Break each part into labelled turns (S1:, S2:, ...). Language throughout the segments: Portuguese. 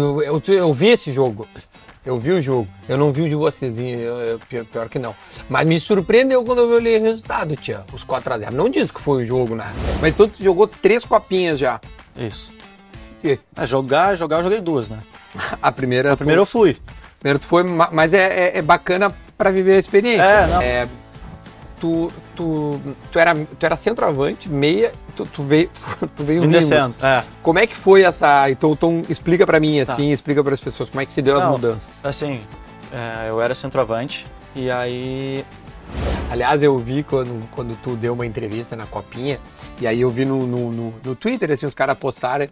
S1: eu, eu vi esse jogo. Eu vi o jogo. Eu não vi o de vocês, hein? Eu- eu- pior, pior que não. Mas me surpreendeu quando eu olhei o resultado, tia. Os 4x0. Não disse que foi o jogo, né? Mas todo jogou três copinhas já.
S2: Isso.
S1: E
S2: É, jogar, jogar, eu joguei duas, né?
S1: a primeira.
S2: A primeira eu fui.
S1: Primeiro tu foi, ma- mas é, é- é bacana pra viver a experiência.
S2: É, não.
S1: tu, tu, tu, era, tu era centroavante, meia, tu, tu veio, tu veio
S2: Vim
S1: vindo.
S2: descendo. É.
S1: Como é que foi essa. Então, então explica pra mim, assim, explica para as pessoas como é que se deu as
S2: Tá. Não,
S1: mudanças.
S2: Assim, é, eu era centroavante e aí.
S1: Aliás, eu vi quando, quando tu deu uma entrevista na Copinha, e aí eu vi no, no, no- no Twitter, assim, os caras postaram,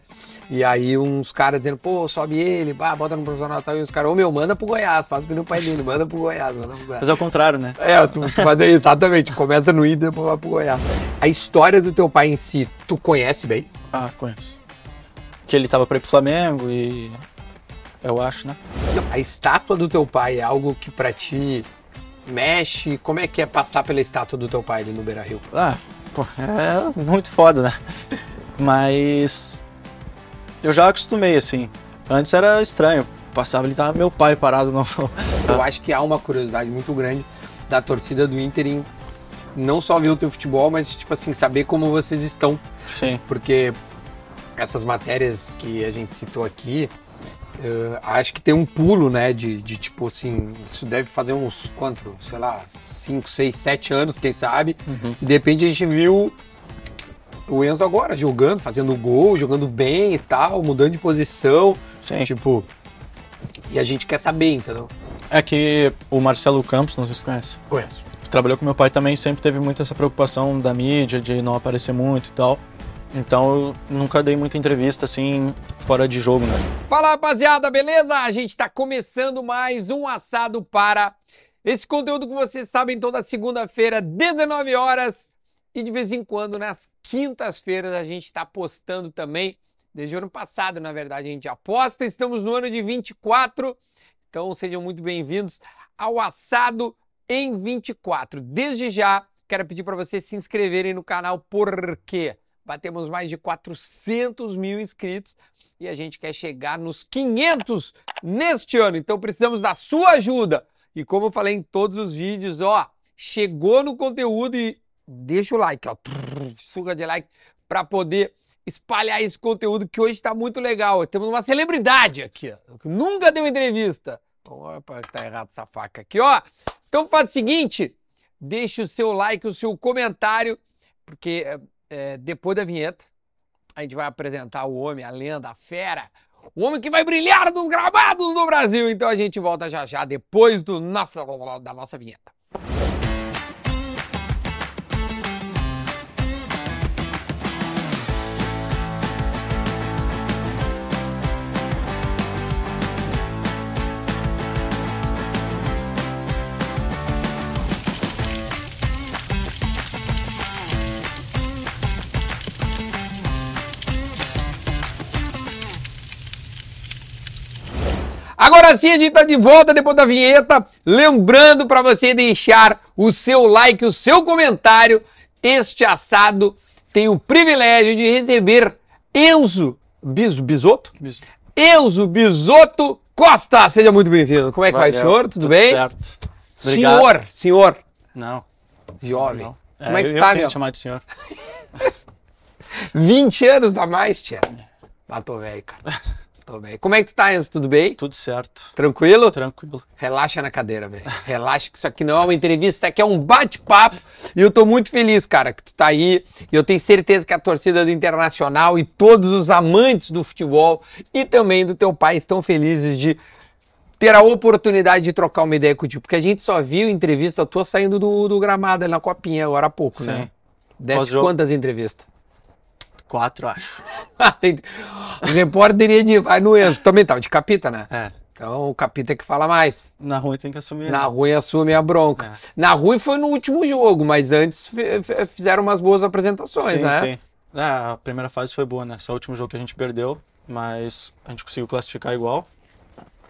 S1: e aí uns caras dizendo, pô, sobe ele, bah, bota no profissional e tal, e os caras, ô meu, manda pro Goiás, faz o que nem o pai dele, manda pro Goiás, manda pro Goiás.
S2: Mas é o contrário, né?
S1: É, tu, tu faz aí, exatamente. Começa no Ida e depois vai pro Goiás. A história do teu pai em si, tu conhece bem?
S2: Ah, conheço. Que ele tava pra ir pro Flamengo e. Eu acho, né?
S1: Não, A estátua do teu pai é algo que pra ti mexe? Como é que é passar pela estátua do teu pai ali no Beira Rio?
S2: Ah, pô, é muito foda, né? Mas eu já acostumei, assim. Antes era estranho. Passava ali, tava meu pai parado no.
S1: Eu acho que há uma curiosidade muito grande da torcida do Inter em não só ver o teu futebol, mas tipo assim, saber como vocês estão.
S2: Sim.
S1: Porque essas matérias que a gente citou aqui, eh, acho que tem um pulo, né? De, de, tipo assim, isso deve fazer uns quanto, sei lá, 5, 6, 7 anos, quem sabe. E de repente a gente viu o Enzo agora jogando, fazendo gol, jogando bem e tal, mudando de posição.
S2: Sim.
S1: Tipo. E a gente quer saber, entendeu?
S2: É que o Marcelo Campos, não sei se você conhece,
S1: Conheço.
S2: que trabalhou com meu pai também, sempre teve muito essa preocupação da mídia, de não aparecer muito e tal. Então eu nunca dei muita entrevista, assim, fora de jogo, né?
S1: Fala rapaziada, beleza? A gente está começando mais um assado para esse conteúdo que vocês sabem toda segunda-feira, 19 horas e de vez em quando nas quintas-feiras a gente está postando também. Desde o ano passado, na verdade, a gente aposta. Estamos no ano de 24, então sejam muito bem-vindos ao assado em 24. Desde já quero pedir para vocês se inscreverem no canal porque batemos mais de 400 mil inscritos e a gente quer chegar nos 500 neste ano. Então precisamos da sua ajuda. E como eu falei em todos os vídeos, ó, chegou no conteúdo e deixa o like, ó, trrr, suga de like para poder espalhar esse conteúdo que hoje está muito legal. Temos uma celebridade aqui, ó, que nunca deu entrevista. Opa, tá errado essa faca aqui, ó. Então faz o seguinte, deixa o seu like, o seu comentário, porque é, é, depois da vinheta a gente vai apresentar o homem, a lenda, a fera, o homem que vai brilhar nos gramados do Brasil. Então a gente volta já já depois do nossa, da nossa vinheta. Agora sim a gente tá de volta depois da vinheta, lembrando para você deixar o seu like, o seu comentário. Este assado tem o privilégio de receber Enzo Bis, Bisoto? Enzo Bisoto Costa, seja muito bem-vindo. Como é que vai, senhor? Tudo, bem?
S2: Certo. Obrigado.
S1: Senhor, senhor,
S2: Não.
S1: jovem.
S2: Não.
S1: Como é que tá,
S2: eu, eu tenho
S1: meu?
S2: que chamar de senhor.
S1: 20 anos a mais, tia. Ah, tô velho, cara. Tô velho. Como é que tu tá, Enzo? Tudo bem?
S2: Tudo certo.
S1: Tranquilo?
S2: Tranquilo.
S1: Relaxa na cadeira, velho. Relaxa que isso aqui não é uma entrevista, isso aqui é um bate-papo. E eu tô muito feliz, cara, que tu tá aí. E eu tenho certeza que a torcida do Internacional e todos os amantes do futebol e também do teu pai estão felizes de ter a oportunidade de trocar uma ideia contigo. Porque a gente só viu entrevista tua saindo do, do gramado ali na Copinha agora há pouco, né?
S2: Sim.
S1: Desce
S2: Pós-jogo.
S1: quantas entrevistas?
S2: Quatro, acho.
S1: Tem- o repórter ia de vai no Enzo. Também tava de capita, né?
S2: É.
S1: Então o capita é que fala mais.
S2: Na rua tem que assumir. né?
S1: Na ruim assume a bronca.
S2: É.
S1: Na ruim foi no último jogo, mas antes fi- fi- fizeram umas boas apresentações,
S2: sim,
S1: né?
S2: sim. É, a primeira fase foi boa, né? Só o último jogo que a gente perdeu, mas a gente conseguiu classificar igual.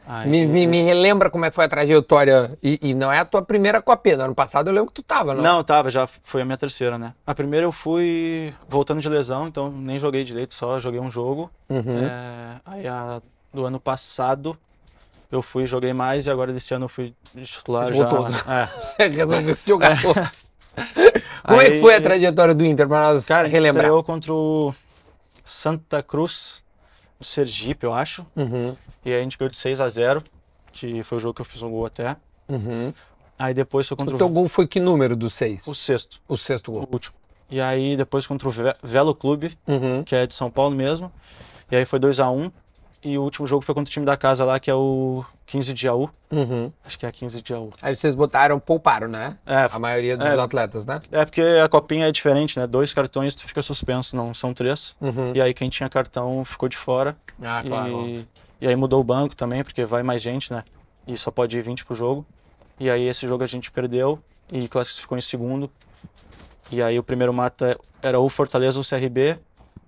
S2: Aí-
S1: Me, me- me relembra como é que foi a trajetória. E, e não é a tua primeira copinha. No ano passado eu lembro que tu tava, não?
S2: Não, tava, já foi a minha terceira, né? A primeira eu
S1: Uhum.
S2: fui voltando de lesão, então nem joguei direito, só joguei um jogo. É, aí a do ano passado eu fui joguei mais e agora desse ano eu fui titular
S1: Jogou
S2: já.
S1: todos.
S2: É.
S1: Resolveu se jogar todos. Como é que
S2: Aí-
S1: foi a trajetória do Inter para nós
S2: Cara, a gente
S1: relembrar?
S2: estreou contra o Santa Cruz, o Sergipe, eu acho.
S1: Uhum,
S2: E aí a gente ganhou de 6 a 0 que foi o jogo que eu fiz um gol até.
S1: uhum.
S2: Aí depois foi
S1: O
S2: contra
S1: teu
S2: o,
S1: gol foi que número do seis?
S2: o sexto,
S1: O sexto gol.
S2: o último. E aí depois contra o Ve- Velo Clube,
S1: Uhum.
S2: que é de São Paulo mesmo. E aí foi 2 a 1 E o último jogo foi contra o time da casa lá, que é o 15 de Jaú.
S1: Uhum.
S2: Acho que é 15 de Jaú.
S1: Aí vocês botaram, pouparam, né?
S2: É,
S1: A maioria dos
S2: É.
S1: atletas, né?
S2: é porque a copinha é diferente, né? Dois cartões tu fica suspenso, não são três.
S1: Uhum.
S2: E aí quem tinha cartão ficou de fora.
S1: Ah, claro.
S2: E, e aí mudou o banco também, porque vai mais gente, né? E só pode ir 20 pro jogo. E aí esse jogo a gente perdeu e classificou em segundo. E aí o primeiro mata era ou Fortaleza ou CRB.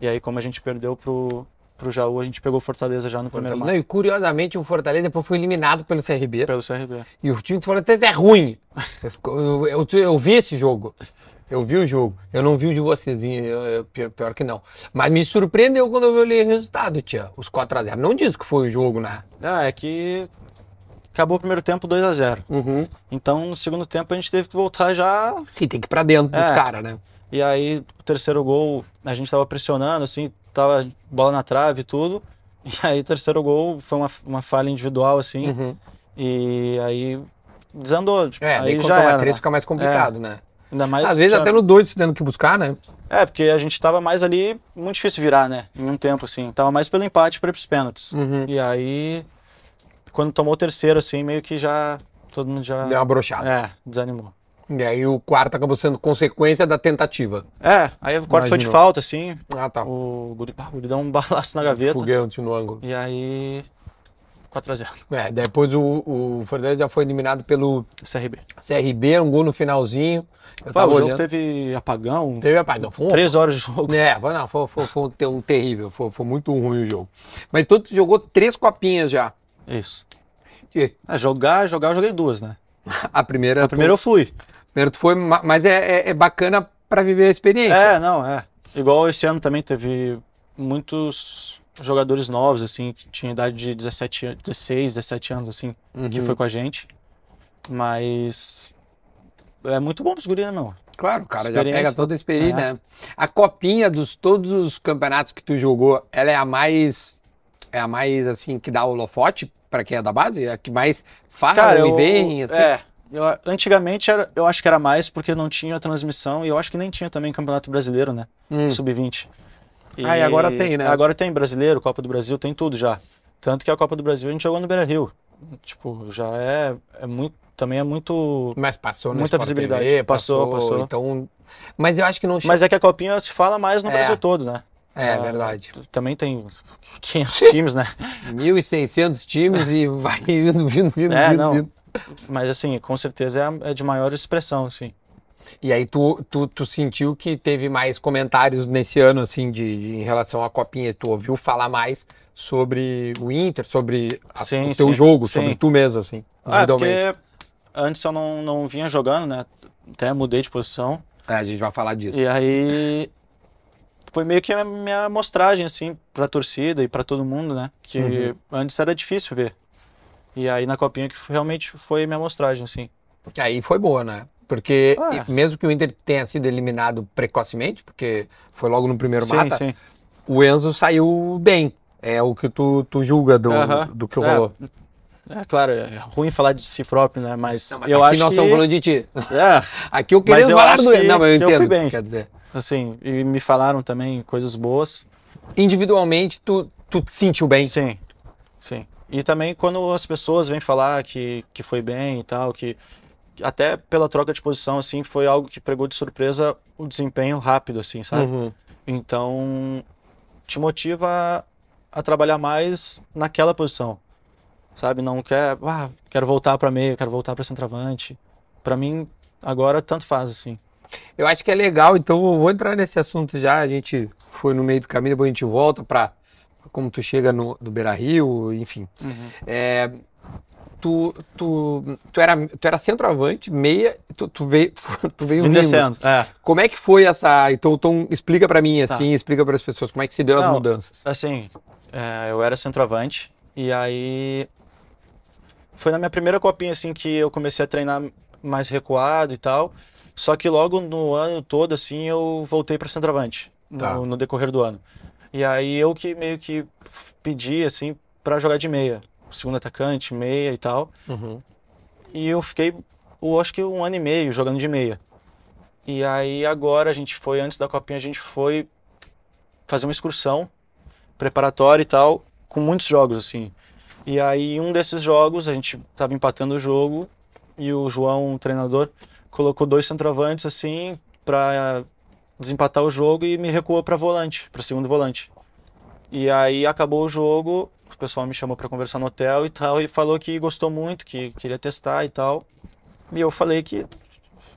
S2: E aí como a gente perdeu pro, pro Jaú, a gente pegou Fortaleza já no primeiro
S1: Não,
S2: mata
S1: e curiosamente o Fortaleza depois foi eliminado pelo CRB.
S2: pelo CRB.
S1: né? E o time do Fortaleza é ruim. Eu, fico- eu- eu- eu vi esse jogo. Eu vi o jogo. Eu não vi o de vocês, e, eh, pior, pior que não. Mas me surpreendeu quando eu olhei o resultado, tia. Os 4x0. Não disse que foi o jogo, né?
S2: Ah, é que acabou o primeiro tempo 2 a 0 Então no segundo tempo a gente teve que voltar já
S1: Sim, tem que ir pra dentro dos
S2: É.
S1: caras, né?
S2: E aí, o terceiro gol, a gente tava pressionando, assim, tava bola na trave e tudo. E aí, o terceiro gol foi uma, uma falha individual, assim. E aí, desandou. tipo,
S1: Uhum. É, daí
S2: aí
S1: quando
S2: já
S1: toma
S2: era,
S1: 3
S2: né?
S1: fica mais complicado, né?
S2: Ainda mais
S1: Às vezes
S2: tinha-
S1: até no 2 tendo que buscar, né?
S2: É, porque a gente tava mais ali, muito difícil virar, né? Em um tempo, assim. Tava mais pelo empate para pros pênaltis.
S1: Uhum.
S2: E aí, quando tomou o terceiro, assim, meio que já... Todo mundo já...
S1: Deu uma brochada.
S2: É, desanimou.
S1: E aí o quarto acabou sendo consequência da tentativa.
S2: É, aí o quarto foi de
S1: Imaginou.
S2: falta, assim.
S1: Ah, tá.
S2: O guri, ah, o guri deu um balaço na gaveta.
S1: Foguete um no ângulo.
S2: E aí. 4x0.
S1: É, depois o, o Fortaleza já foi eliminado pelo
S2: CRB.
S1: CRB, um gol no finalzinho. Eu
S2: Pá,
S1: tava
S2: o jogo
S1: olhando.
S2: teve apagão.
S1: Teve apagão. Foi um...
S2: Três horas de jogo.
S1: É, foi, não, foi, foi, foi um, ter- um terrível. Foi, foi muito ruim o jogo. Mas então tu jogou três copinhas já.
S2: Isso.
S1: E
S2: Ah, jogar, jogar, eu joguei duas, né?
S1: A primeira,
S2: A primeira eu fui.
S1: tu, primeiro tu foi, ma- mas é, é- é bacana pra viver a experiência.
S2: É, não, é. Igual esse ano também teve muitos jogadores novos, assim, que tinha idade de 17, an- 16, 17 anos, assim, que
S1: Uhum.
S2: foi com a gente. Mas. É muito bom pros guris, né, meu?
S1: Claro, cara, já
S2: Experiência.
S1: pega toda a experiência,
S2: É.
S1: né? A copinha dos todos os campeonatos que tu jogou, ela é a mais é a mais assim que dá holofote pra quem é da base, é a que mais falam e
S2: eu-
S1: Ah, vem, assim.
S2: É, eu, antigamente era, eu acho que era mais porque não tinha transmissão e eu acho que nem tinha também Campeonato Brasileiro, né?
S1: Hum.
S2: Sub-20.
S1: Ah, e agora tem, né?
S2: Agora tem Brasileiro, Copa do Brasil, tem tudo já. Tanto que a Copa do Brasil a gente jogou no Beira Rio. Tipo, já é, é muito. Também é muito.
S1: Mas passou no
S2: Muita
S1: Sport
S2: visibilidade.
S1: TV,
S2: Passou, passou.
S1: Então, mas eu acho que não chega.
S2: Mas é que a Copinha se fala mais no
S1: É.
S2: Brasil todo, né?
S1: É,
S2: Ah,
S1: verdade.
S2: Também tem 500 times, né?
S1: 1.600 times e vai indo, vindo, vindo,
S2: É,
S1: vindo,
S2: não.
S1: vindo.
S2: Mas assim, com certeza é a- é de maior expressão, assim.
S1: E aí tu, tu, tu sentiu que teve mais comentários nesse ano, assim, de, de- em relação à copinha, tu ouviu falar mais sobre o Inter, sobre a-
S2: Sim,
S1: o teu
S2: sim,
S1: jogo,
S2: sim.
S1: sobre tu mesmo, assim,
S2: Ah,
S1: individualmente.
S2: porque antes eu não, não vinha jogando, né? Até mudei de posição.
S1: É, a gente vai falar disso.
S2: E aí foi meio que a minha amostragem, assim, pra torcida e pra todo mundo, né? Que antes era difícil ver. E aí na copinha que realmente foi minha amostragem, assim.
S1: E Aí foi boa, né? Porque
S2: Ah.
S1: e- mesmo que o Inter tenha sido eliminado precocemente, porque foi logo no primeiro mata,
S2: sim.
S1: o Enzo saiu bem. É o que tu, tu julga do,
S2: Aham.
S1: do que
S2: É,
S1: rolou.
S2: É claro, é ruim falar de si próprio, né? Mas,
S1: Não, mas
S2: eu
S1: aqui
S2: acho
S1: nós
S2: que.
S1: estamos falando de ti.
S2: É,
S1: Aqui eu queria
S2: Mas eu
S1: falar
S2: acho
S1: do
S2: que-
S1: Enzo. Não, mas eu
S2: que eu
S1: entendo
S2: fui
S1: o que
S2: bem.
S1: quer dizer.
S2: assim, e me falaram também coisas boas.
S1: Individualmente, tu, tu te sentiu bem.
S2: Sim, sim. E também quando as pessoas vêm falar que, que foi bem e tal, que que até pela troca de posição, assim, foi algo que pregou de surpresa o desempenho rápido, assim, sabe?
S1: Uhum.
S2: Então, te motiva a, a trabalhar mais naquela posição, sabe? Não quer, ah, quero voltar para meio, quero voltar para centroavante. Para mim, agora tanto faz, assim.
S1: Eu acho que é legal, então eu vou entrar nesse assunto já. A gente foi no meio do caminho, depois a gente volta para como tu chega no, do Beira Rio, enfim. É, tu, tu, tu, era, tu era centroavante, meia, tu, tu veio, tu veio
S2: Vim
S1: vindo.
S2: descendo, é.
S1: Como é que foi essa. Então, então explica para mim assim, explica para as pessoas como é que se deu as
S2: Não,
S1: mudanças.
S2: Assim, é, eu era centroavante E aí. Foi na minha primeira copinha, assim, que eu comecei a treinar mais recuado e tal. Só que logo no ano todo, assim, eu voltei para centroavante.
S1: Tá.
S2: No, no decorrer do ano. E aí eu que meio que pedi, assim, para jogar de meia. Segundo atacante, meia e tal. E eu fiquei, eu acho que um ano e meio jogando de meia. E aí agora a gente foi, antes da copinha, a gente foi fazer uma excursão preparatória e tal, com muitos jogos, assim. E aí um desses jogos, a gente tava empatando o jogo e o João, o treinador, colocou dois centroavantes, assim, pra desempatar o jogo e me recuou pra volante, pra segundo volante. E aí acabou o jogo, o pessoal me chamou pra conversar no hotel e tal, e falou que gostou muito, que queria testar e tal. E eu falei que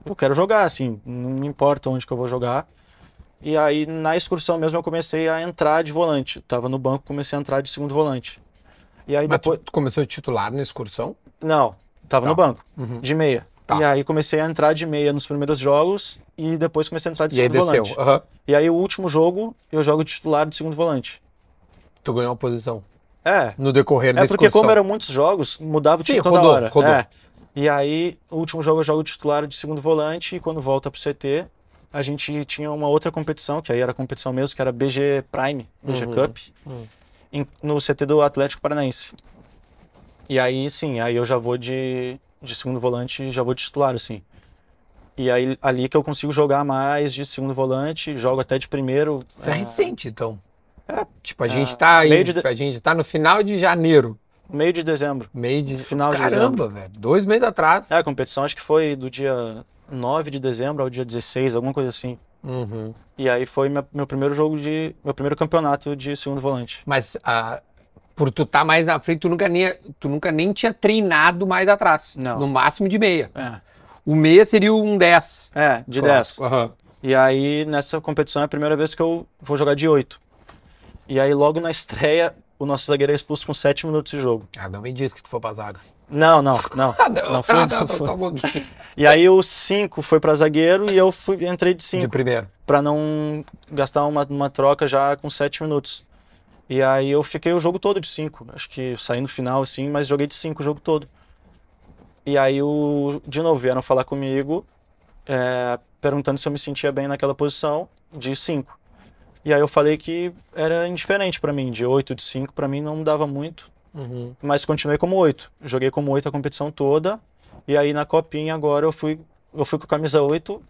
S2: eu quero jogar, assim, não me importa onde que eu vou jogar. E aí na excursão mesmo eu comecei a entrar de volante. Tava no banco, comecei a entrar de segundo volante. E aí
S1: Mas
S2: depois.
S1: tu, tu começou titular na excursão?
S2: Não, tava
S1: Tá.
S2: no banco, de meia.
S1: Tá.
S2: E aí comecei a entrar de meia nos primeiros jogos e depois comecei a entrar de
S1: E aí
S2: segundo
S1: desceu.
S2: volante.
S1: Aham.
S2: E aí o último jogo eu jogo de titular de segundo volante.
S1: Tu ganhou uma posição
S2: É.
S1: no decorrer da
S2: É porque
S1: excursão.
S2: como eram muitos jogos, mudava o
S1: Sim,
S2: time toda
S1: rodou,
S2: hora.
S1: rodou.
S2: É. E aí, o último jogo eu jogo titular de segundo volante e quando volta pro CT, a gente tinha uma outra competição, que aí era a competição mesmo, que era BG Prime, BG
S1: Uhum.
S2: Cup, em- no CT do Atlético Paranaense. E aí, sim, aí eu já vou de, de segundo volante e já vou de titular, assim. E aí, ali que eu consigo jogar mais de segundo volante, jogo até de primeiro.
S1: Isso é
S2: é,
S1: recente, então. Tipo, a gente tá aí,
S2: meio de-
S1: a gente tá no final de janeiro,
S2: meio de dezembro.
S1: meio de
S2: Final de
S1: Caramba,
S2: dezembro.
S1: velho, dois meses atrás.
S2: É, a competição acho que foi do dia 9 de dezembro ao dia 16, alguma coisa assim.
S1: Uhum.
S2: E aí foi minha- meu primeiro jogo de. meu primeiro campeonato de segundo volante.
S1: Mas ah, por tu tá mais na frente, tu nunca nem, tu nunca nem tinha treinado mais atrás.
S2: Não.
S1: No máximo de meia.
S2: É.
S1: O meia seria um Uhum. 10.
S2: É, de 10. E aí nessa competição é a primeira vez que eu vou jogar de 8. E aí logo na estreia, o nosso zagueiro é expulso com 7 minutos de jogo.
S1: Ah, não me diz que tu foi pra zaga. Ah,
S2: Não, não, não. Não foi, não foi.
S1: tá
S2: E aí o 5 foi pra zagueiro e eu fui, entrei de 5.
S1: De primeiro.
S2: para não gastar uma, uma troca já com sete minutos. E aí eu fiquei o jogo todo de cinco. Acho que eu saí no final, assim, mas joguei de cinco o jogo todo. E aí, o, de novo, vieram falar comigo, é, perguntando se eu me sentia bem naquela posição de cinco. E aí eu falei que era indiferente para mim, de oito, de cinco, para mim não dava muito.
S1: Uhum.
S2: Mas continuei como oito. Joguei como oito a competição toda. E aí na copinha agora eu fui, eu fui com a camisa oito.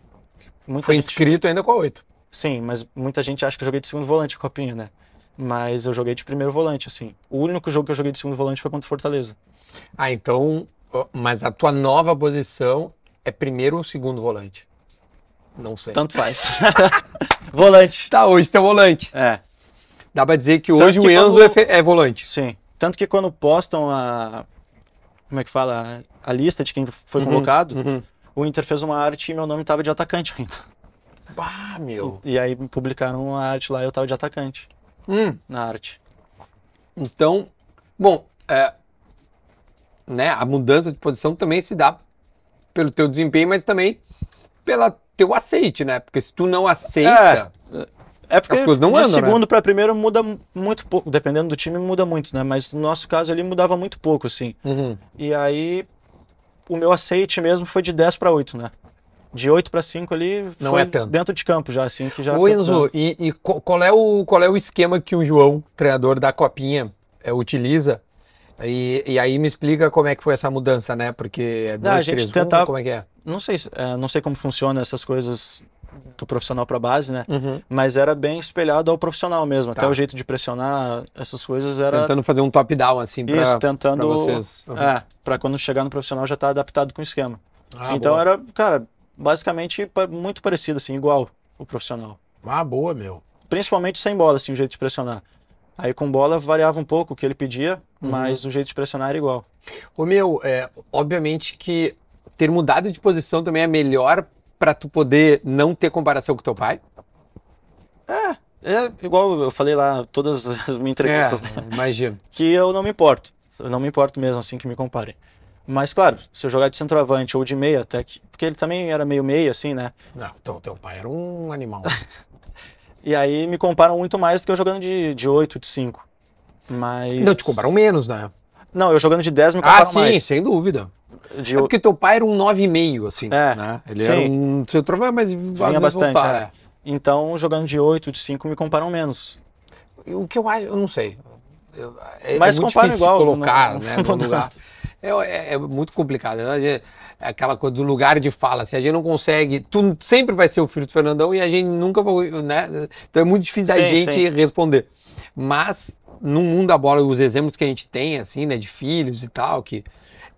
S2: Muita
S1: Foi
S2: gente-
S1: inscrito ainda com a 8.
S2: Sim, mas muita gente acha que eu joguei de segundo volante a copinha, né? Mas eu joguei de primeiro volante, assim. O único jogo que eu joguei de segundo volante foi contra o Fortaleza.
S1: Ah, então. ó, Mas a tua nova posição é primeiro ou segundo volante? Não sei.
S2: Tanto faz. volante.
S1: Tá, hoje tem volante.
S2: É,
S1: Dá pra dizer que
S2: Tanto
S1: hoje o
S2: que
S1: Enzo
S2: quando-
S1: é, fe- é volante.
S2: sim. Tanto que quando postam a. Como é que fala? A lista de quem foi
S1: Uhum,
S2: convocado, o Inter fez uma arte e meu nome tava de atacante ainda.
S1: Ah, meu.
S2: E aí publicaram uma arte lá e eu tava de atacante
S1: Hum.
S2: na arte.
S1: Então, bom, é, né, a mudança de posição também se dá pelo teu desempenho, mas também pelo teu aceite, né? Porque se tu não aceita,
S2: É porque
S1: As coisas não
S2: de
S1: andam, né?
S2: segundo pra primeiro muda mu- muito pouco, dependendo do time muda muito, né? Mas no nosso caso ali mudava muito pouco, assim.
S1: Uhum.
S2: E aí o meu aceite mesmo foi de 10 pra 8, né? De 8 pra 5 ali
S1: Não
S2: foi
S1: é tanto.
S2: dentro de campo já, assim, que já
S1: Ô
S2: foi
S1: Enzo, e, e co- qual, é o, qual é o esquema que o João, treinador da Copinha, é, utiliza? E, e aí me explica como é que foi essa mudança, né? Porque é
S2: Não, a
S1: 2, 3,
S2: gente
S1: 1,
S2: tentava-
S1: como é que é?
S2: não sei, se- é, não sei como funciona essas coisas do profissional pra base, né? Mas era bem espelhado ao profissional mesmo,
S1: Tá.
S2: até o jeito de pressionar essas coisas era
S1: Tentando fazer um top-down, assim, pra,
S2: isso, então,
S1: pra
S2: tentando
S1: vocês. Uhum.
S2: é, pra quando chegar no profissional já tá adaptado com o esquema.
S1: Ah,
S2: então
S1: boa.
S2: era, cara, basicamente pa- muito parecido assim, igual o profissional.
S1: Ah, boa, meu.
S2: principalmente sem bola, assim, o jeito de pressionar. Aí com bola variava um pouco o que ele pedia, mas o jeito de pressionar era igual.
S1: Ô meu, é, obviamente que ter mudado de posição também é melhor pra tu poder não ter comparação com teu pai.
S2: É igual eu falei lá, todas as minhas entrevistas, né?
S1: É, imagino.
S2: que eu não me importo. Eu não me importo mesmo, assim, que me comparem. Mas, claro, se eu jogar de centroavante ou de meia, até que. Porque ele também era meio meia, assim, né?
S1: Não, teu, teu pai era um animal.
S2: E aí me comparam muito mais do que eu jogando de, de 8, de 5. Mas.
S1: Não, te cobraram menos, né?
S2: Não, eu jogando de 10 me
S1: Ah,
S2: cobraram
S1: sim,
S2: mais.
S1: sem dúvida.
S2: De
S1: É porque teu pai era um 9,5, assim,
S2: É,
S1: né? Ele
S2: sim.
S1: era um seu trovão, mas
S2: Vinha
S1: vinha
S2: bastante.
S1: voltava,
S2: é. Então, jogando de 8, de 5, me comparam menos.
S1: é. O que eu acho, eu não sei. Eu- é,
S2: Mas
S1: é muito
S2: compara
S1: difícil
S2: igual,
S1: colocar,
S2: não-
S1: né,
S2: não
S1: no
S2: dá.
S1: lugar. É, é- é muito complicado. né? A gente- é aquela coisa do lugar de fala. Assim, a gente não consegue. Tu sempre vai ser o filho do Fernandão e a gente nunca vai. Né? Então é muito difícil da
S2: Sim,
S1: gente
S2: sim.
S1: responder. Mas, no mundo da bola, os exemplos que a gente tem, assim, né, de filhos e tal, que.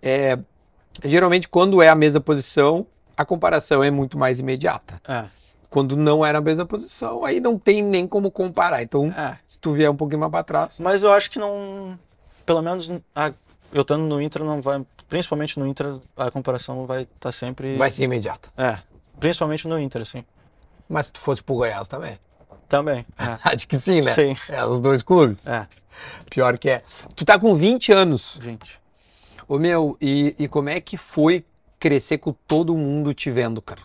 S1: é, geralmente, quando é a mesma posição, a comparação é muito mais imediata
S2: É.
S1: quando não era a mesma posição, aí não tem nem como comparar. Então,
S2: é.
S1: se tu vier um pouquinho mais para trás,
S2: Mas eu acho que não. Pelo menos a- eu estando no Inter, não vai. Principalmente no Inter, a comparação vai estar sempre.
S1: vai ser imediato.
S2: É. Principalmente no Inter, assim.
S1: Mas se tu fosse pro Goiás também.
S2: Também. É.
S1: Acho que sim, né?
S2: Sim.
S1: É, os dois clubes.
S2: É.
S1: Pior que é. Tu tá com 20 anos.
S2: Gente.
S1: Ô meu, e, e como é que foi crescer com todo mundo te vendo, cara?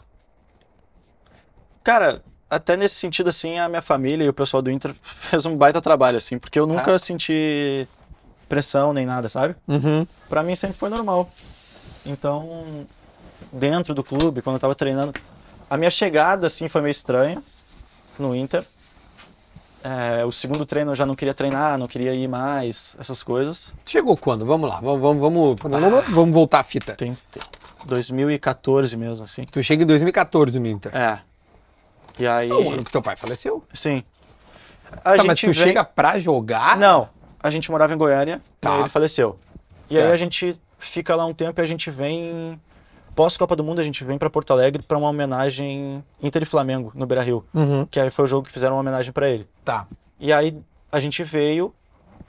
S2: Cara, até nesse sentido, assim, a minha família e o pessoal do Inter fez um baita trabalho, assim, porque eu
S1: Ah.
S2: nunca senti pressão nem nada, sabe?
S1: Uhum.
S2: Pra mim sempre foi normal. Então, dentro do clube, quando eu tava treinando, a minha chegada, assim, foi meio estranha no Inter. É, o segundo treino eu já não queria treinar, não queria ir mais, essas coisas.
S1: Chegou quando? Vamos lá, vamos, vamos, vamos, vamos, vamos voltar a fita.
S2: Tem tem- 2014 mesmo, assim.
S1: Tu chega em 2014 no Inter.
S2: É. E aí,
S1: É o ano que teu pai faleceu.
S2: sim. A
S1: tá, mas tu
S2: vem-
S1: chega pra jogar?
S2: Não, a gente morava em Goiânia
S1: Ah. Tá.
S2: e aí ele faleceu. E aí
S1: Certo.
S2: a gente fica lá um tempo e a gente vem. Pós Copa do Mundo, a gente vem pra Porto Alegre pra uma homenagem Inter e Flamengo no Beira Rio.
S1: Uhum.
S2: Que aí foi o jogo que fizeram uma homenagem pra ele.
S1: Tá.
S2: E aí a gente veio.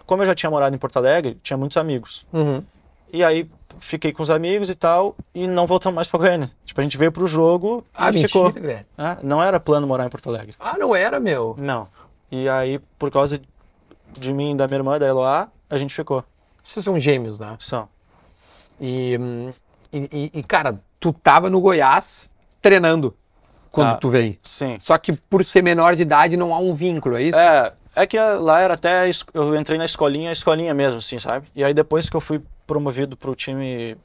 S2: Como eu já tinha morado em Porto Alegre, tinha muitos amigos.
S1: Uhum.
S2: E aí fiquei com os amigos e tal, e não voltamos mais pra Goiânia. Tipo, a gente veio pro jogo
S1: Ah,
S2: e
S1: mentira,
S2: ficou.
S1: velho.
S2: Ah, não era plano morar em Porto Alegre.
S1: Ah, não era, meu.
S2: Não. E aí, por causa de mim e da minha irmã, da Eloá, a gente ficou.
S1: Vocês são gêmeos, né?
S2: São.
S1: E, hum, e, e- e, cara, tu tava no Goiás treinando quando
S2: Tá.
S1: tu vem.
S2: Sim.
S1: Só que por ser menor de idade não há um vínculo, é isso?
S2: É, é que a- lá era até. a es- Eu entrei na escolinha, a escolinha mesmo, assim, sabe? E aí depois que eu fui promovido pro time.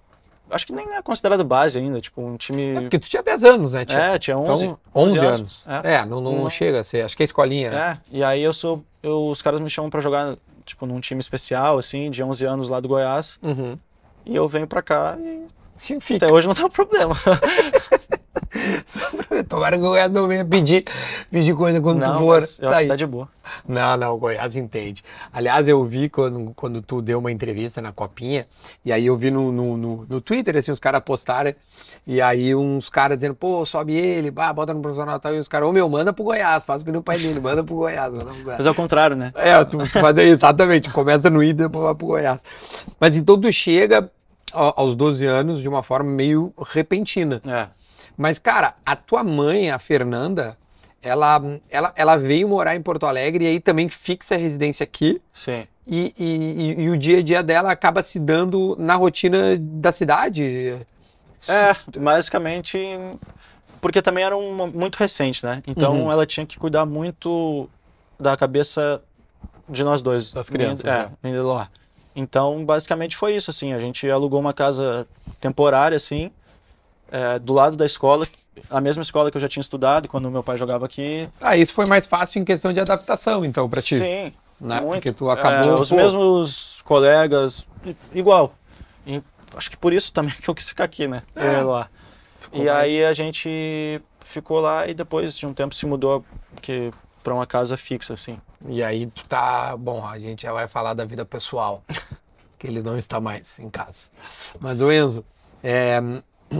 S2: Acho que nem é considerado base ainda, tipo, um time.
S1: É, Porque tu tinha 10 anos, né? Tinha,
S2: É, tinha 11.
S1: 11 anos.
S2: É.
S1: É, não, não
S2: Não.
S1: chega a ser. Acho que é escolinha, né?
S2: É, E aí eu sou. eu- os caras me chamam pra jogar, tipo, num time especial, assim, de 11 anos lá do Goiás.
S1: Uhum.
S2: E eu venho pra cá e.
S1: Sim,
S2: Até hoje não tá problema.
S1: Tomara que o Goiás não venha pedir, pedir coisa quando tu
S2: não,
S1: for
S2: mas eu acho
S1: sair.
S2: que tá de boa.
S1: Não, não, o Goiás entende. Aliás, eu vi quando, quando tu deu uma entrevista na Copinha, e aí eu vi no, no, no, no Twitter, assim, os caras postaram, e aí uns caras dizendo, pô, sobe ele, bah, bota no profissional e tal, e os caras, ô meu, manda pro Goiás, faz o que nem o pai dele, manda pro Goiás, manda pro Goiás.
S2: Mas é o contrário, né?
S1: É, tu, tu faz aí, exatamente, começa no Inter, depois vai pro Goiás. Mas então tu chega a- aos 12 anos de uma forma meio repentina.
S2: É.
S1: Mas, cara, a tua mãe, a Fernanda, ela, ela, ela veio morar em Porto Alegre e aí também fixa a residência aqui.
S2: Sim.
S1: E, e- e- e o dia a dia dela acaba se dando na rotina da cidade.
S2: É, basicamente. Porque também era uma- muito recente, né? Então
S1: Uhum.
S2: ela tinha que cuidar muito da cabeça de nós dois.
S1: Das crianças,
S2: Minha,
S1: é.
S2: é, minha e da Eloá. Então, basicamente foi isso, assim. A gente alugou uma casa temporária, assim, é, do lado da escola, a mesma escola que eu já tinha estudado quando meu pai jogava aqui.
S1: Ah, isso foi mais fácil em questão de adaptação, então, pra ti.
S2: Sim.
S1: Né?
S2: muito.
S1: Porque tu acabou,
S2: É, os
S1: pô.
S2: mesmos colegas, i- igual. E acho que por isso também que eu quis ficar aqui, né? Eu e a Eloá. E
S1: É. mais-
S2: aí a gente ficou lá e depois de um tempo se mudou que para uma casa fixa assim.
S1: E aí tu tá. Bom, a gente já vai falar da vida pessoal. que ele não está mais em casa. Mas, o Enzo, é,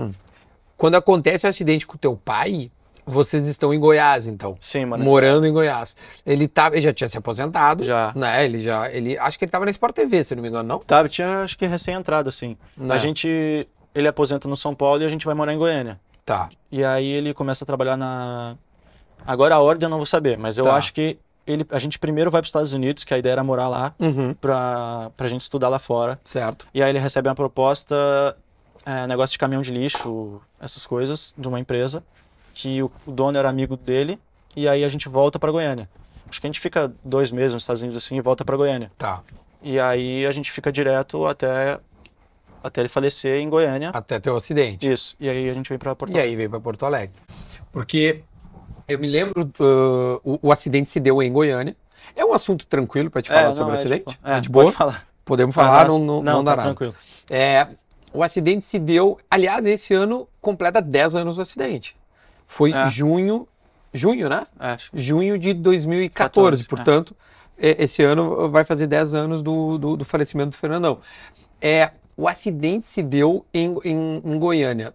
S1: quando acontece o acidente com o teu pai, vocês estão em Goiás, então.
S2: Sim, mano.
S1: morando em Goiás. Ele tava, ele já tinha se aposentado,
S2: Já.
S1: né? Ele já, ele acho que ele tava na Sport TV, se não me engano, não?
S2: Tá, eu tinha acho que recém entrado assim.
S1: Né.
S2: A gente ele aposenta no São Paulo e a gente vai morar em Goiânia.
S1: Tá.
S2: E aí ele começa a trabalhar na Agora a ordem eu não vou saber, mas eu
S1: Tá.
S2: acho que ele a gente primeiro vai para os Estados Unidos, que a ideia era morar lá
S1: Uhum.
S2: para pra gente estudar lá fora.
S1: Certo.
S2: E aí ele recebe uma proposta, é, negócio de caminhão de lixo, essas coisas, de uma empresa, que o, o dono era amigo dele, e aí a gente volta para Goiânia. Acho que a gente fica dois meses nos Estados Unidos assim e volta para Goiânia.
S1: Tá.
S2: E aí a gente fica direto até, até ele falecer em Goiânia.
S1: Até ter o acidente.
S2: Isso. E aí a gente vem para Porto
S1: Ah, E aí veio para Porto Alegre. Porque eu me lembro, uh, o, o acidente se deu em Goiânia. É um assunto tranquilo para te falar
S2: não,
S1: sobre o
S2: é de
S1: acidente?
S2: boa. É,
S1: de boa?
S2: pode falar.
S1: Podemos falar,
S2: Aham.
S1: não, não, não, dá
S2: tá
S1: nada.
S2: tranquilo.
S1: É, o acidente se deu, aliás, esse ano completa 10 anos do acidente. Foi
S2: É.
S1: junho, junho, né?
S2: É, acho que-
S1: Junho de 2014,
S2: 14,
S1: portanto, é, esse ano vai fazer 10 anos do, do, do falecimento do Fernandão. É, o acidente se deu em, em, em Goiânia,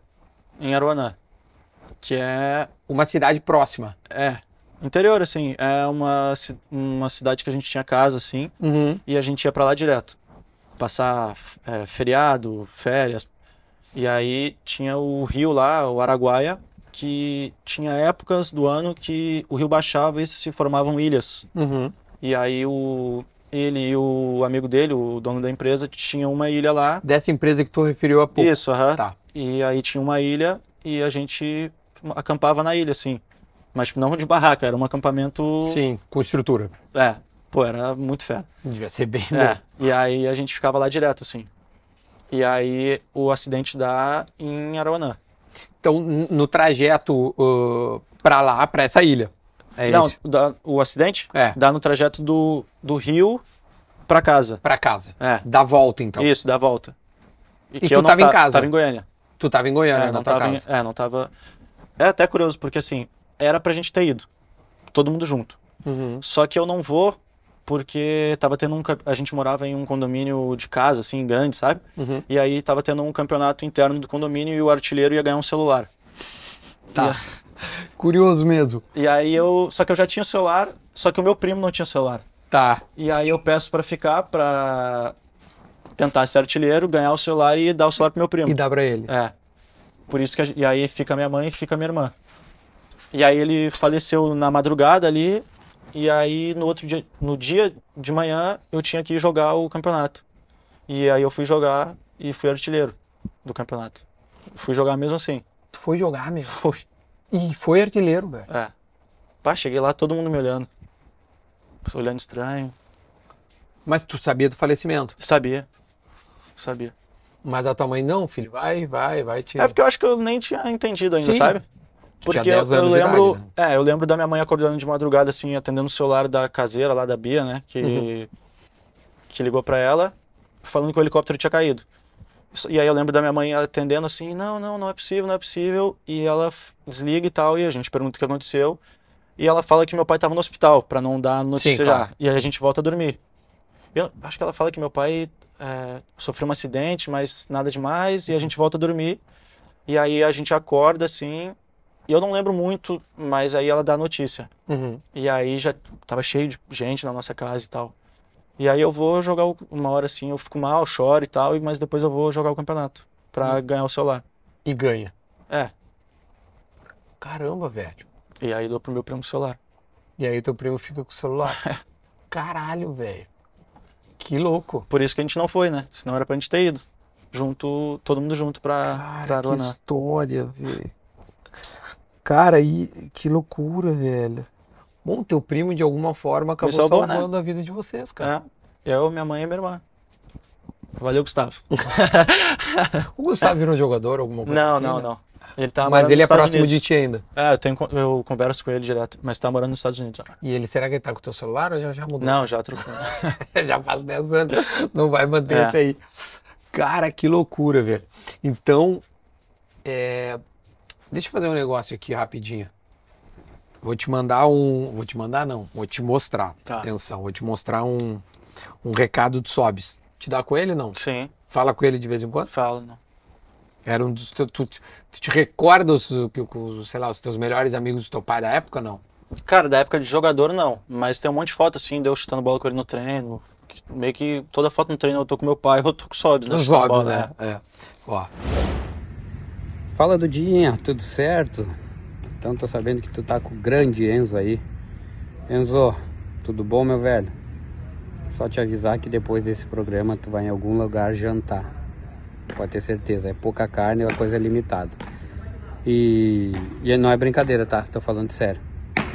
S2: em Aruaná. Que é.
S1: uma cidade próxima.
S2: É. Interior, assim. É uma, ci- uma cidade que a gente tinha casa, assim. E a gente ia pra lá direto. Passar é, feriado, férias. E aí tinha o rio lá, o Araguaia, que tinha épocas do ano que o rio baixava e se formavam ilhas.
S1: Uhum.
S2: E aí o ele e o amigo dele, o dono da empresa, tinham uma ilha lá.
S1: Dessa empresa que tu referiu há pouco.
S2: Isso, aham.
S1: Tá.
S2: E aí tinha uma ilha e a gente acampava na ilha, assim. Mas tipo, não de barraca, era um acampamento.
S1: Sim, com estrutura.
S2: É, pô, era muito fera.
S1: Devia ser bem.
S2: É. E aí a gente ficava lá direto, assim. E aí o acidente dá em Aruanã.
S1: Então, n- no trajeto uh, pra lá, pra essa ilha. É
S2: não,
S1: isso.
S2: dá- o acidente
S1: É.
S2: dá no trajeto do, do rio pra casa.
S1: Pra casa.
S2: É.
S1: Da volta, então.
S2: Isso, dá a volta.
S1: E
S2: que
S1: tu
S2: eu não
S1: tava em
S2: ta-
S1: casa?
S2: Tava em Goiânia.
S1: Tu tava em Goiânia,
S2: É,
S1: na
S2: não
S1: tua
S2: tava, em-
S1: casa.
S2: é, não tava. É até curioso, porque assim, era pra gente ter ido. Todo mundo junto.
S1: Uhum.
S2: Só que eu não vou porque tava tendo um. cam- A gente morava em um condomínio de casa, assim, grande, sabe?
S1: Uhum.
S2: E aí tava tendo um campeonato interno do condomínio e o artilheiro ia ganhar um celular.
S1: Tá. Curioso mesmo.
S2: E aí eu. Só que eu já tinha celular, só que o meu primo não tinha celular.
S1: Tá.
S2: E aí eu peço pra ficar pra tentar ser artilheiro, ganhar o celular e dar o celular pro meu primo.
S1: E dá pra ele.
S2: É. Por isso que a, gen- e aí fica minha mãe e fica minha irmã. E aí ele faleceu na madrugada ali e aí no outro dia, no dia de manhã eu tinha que ir jogar o campeonato. E aí eu fui jogar e fui artilheiro do campeonato. Fui jogar mesmo assim.
S1: Tu foi jogar, meu.
S2: Fui.
S1: E foi artilheiro, velho.
S2: É. Pá, cheguei lá todo mundo me olhando. Olhando estranho.
S1: Mas tu sabia do falecimento.
S2: Sabia. Sabia.
S1: Mas a tua mãe, não, filho, vai, vai, vai te.
S2: É porque eu acho que eu nem tinha entendido ainda,
S1: Sim.
S2: sabe?
S1: Tu tinha
S2: Porque eu,
S1: 10 anos
S2: eu
S1: de
S2: lembro.
S1: idade, né?
S2: É, eu lembro da minha mãe acordando de madrugada, assim, atendendo o celular da caseira lá da Bia, né? Que,
S1: Uhum.
S2: que ligou pra ela, falando que o helicóptero tinha caído. Isso- E aí eu lembro da minha mãe atendendo assim, não, não, não é possível, não é possível. E ela f- desliga e tal, e a gente pergunta o que aconteceu. E ela fala que meu pai tava no hospital, pra não dar notícia
S1: Sim,
S2: já.
S1: claro.
S2: E aí a gente volta a dormir. Eu acho que ela fala que meu pai é, sofreu um acidente, mas nada demais, e a gente volta a dormir. E aí a gente acorda assim, e eu não lembro muito, mas aí ela dá a notícia.
S1: Uhum.
S2: E aí já tava cheio de gente na nossa casa e tal. E aí eu vou jogar o- uma hora assim, eu fico mal, choro e tal, e- mas depois eu vou jogar o campeonato pra
S1: Hum.
S2: ganhar o celular.
S1: E ganha.
S2: É.
S1: Caramba, velho.
S2: E aí dou pro meu primo o celular.
S1: E aí teu primo fica com o celular. Caralho, velho. Que louco.
S2: Por isso que a gente não foi, né? Senão era pra gente ter ido. Junto, todo mundo junto pra, pra
S3: Cara, que
S2: Aruaná.
S3: história, velho. Cara, e que loucura, velho.
S1: Bom, teu primo, de alguma forma, acabou
S2: salvou, né?
S1: salvando a vida de vocês, cara.
S2: É. Eu, minha mãe e minha irmã. Valeu, Gustavo.
S1: O Gustavo virou jogador, alguma coisa
S2: É. Não,
S1: assim,
S2: não,
S1: né?
S2: não. Ele tá
S1: Mas
S2: morando
S1: ele
S2: nos
S1: é
S2: Estados
S1: próximo de
S2: Unidos.
S1: ti ainda.
S2: É, eu, tenho, con- eu converso com ele direto, mas tá morando nos Estados Unidos. agora.
S1: E ele, será que ele tá com o teu celular ou já, já mudou?
S2: Não, já trocou.
S1: já faz 10 anos, não vai manter
S2: É.
S1: isso aí. Cara, que loucura, velho. Então, é, deixa eu fazer um negócio aqui rapidinho. Vou te mandar um. Vou te mandar, não. Vou te mostrar.
S2: Tá.
S1: Atenção, vou te mostrar um, um recado do Sobs. Te dá com ele não?
S2: Sim,
S1: Fala com ele de vez em quando?
S2: falo. Não.
S1: Era um dos. teus- Tu, tu, te recorda os, que- os, sei lá, os teus melhores amigos do teu pai da época, não?
S2: Cara, da época de jogador, não. Mas tem um monte de foto, assim, de eu chutando bola com ele no treino. Que- Meio que toda foto no treino eu tô com meu pai, eu tô com o Sobs, né?
S1: Os
S2: chutando
S1: Sobs,
S2: bola,
S1: né? É. Ó.
S4: Fala do Dinha, tudo certo? Então tô sabendo que tu tá com o grande Enzo aí. Enzo, tudo bom meu velho? Só te avisar que depois desse programa tu vai em algum lugar jantar. Pode ter certeza, é pouca carne e a coisa é limitada. E, e não é brincadeira, tá? Tô falando sério.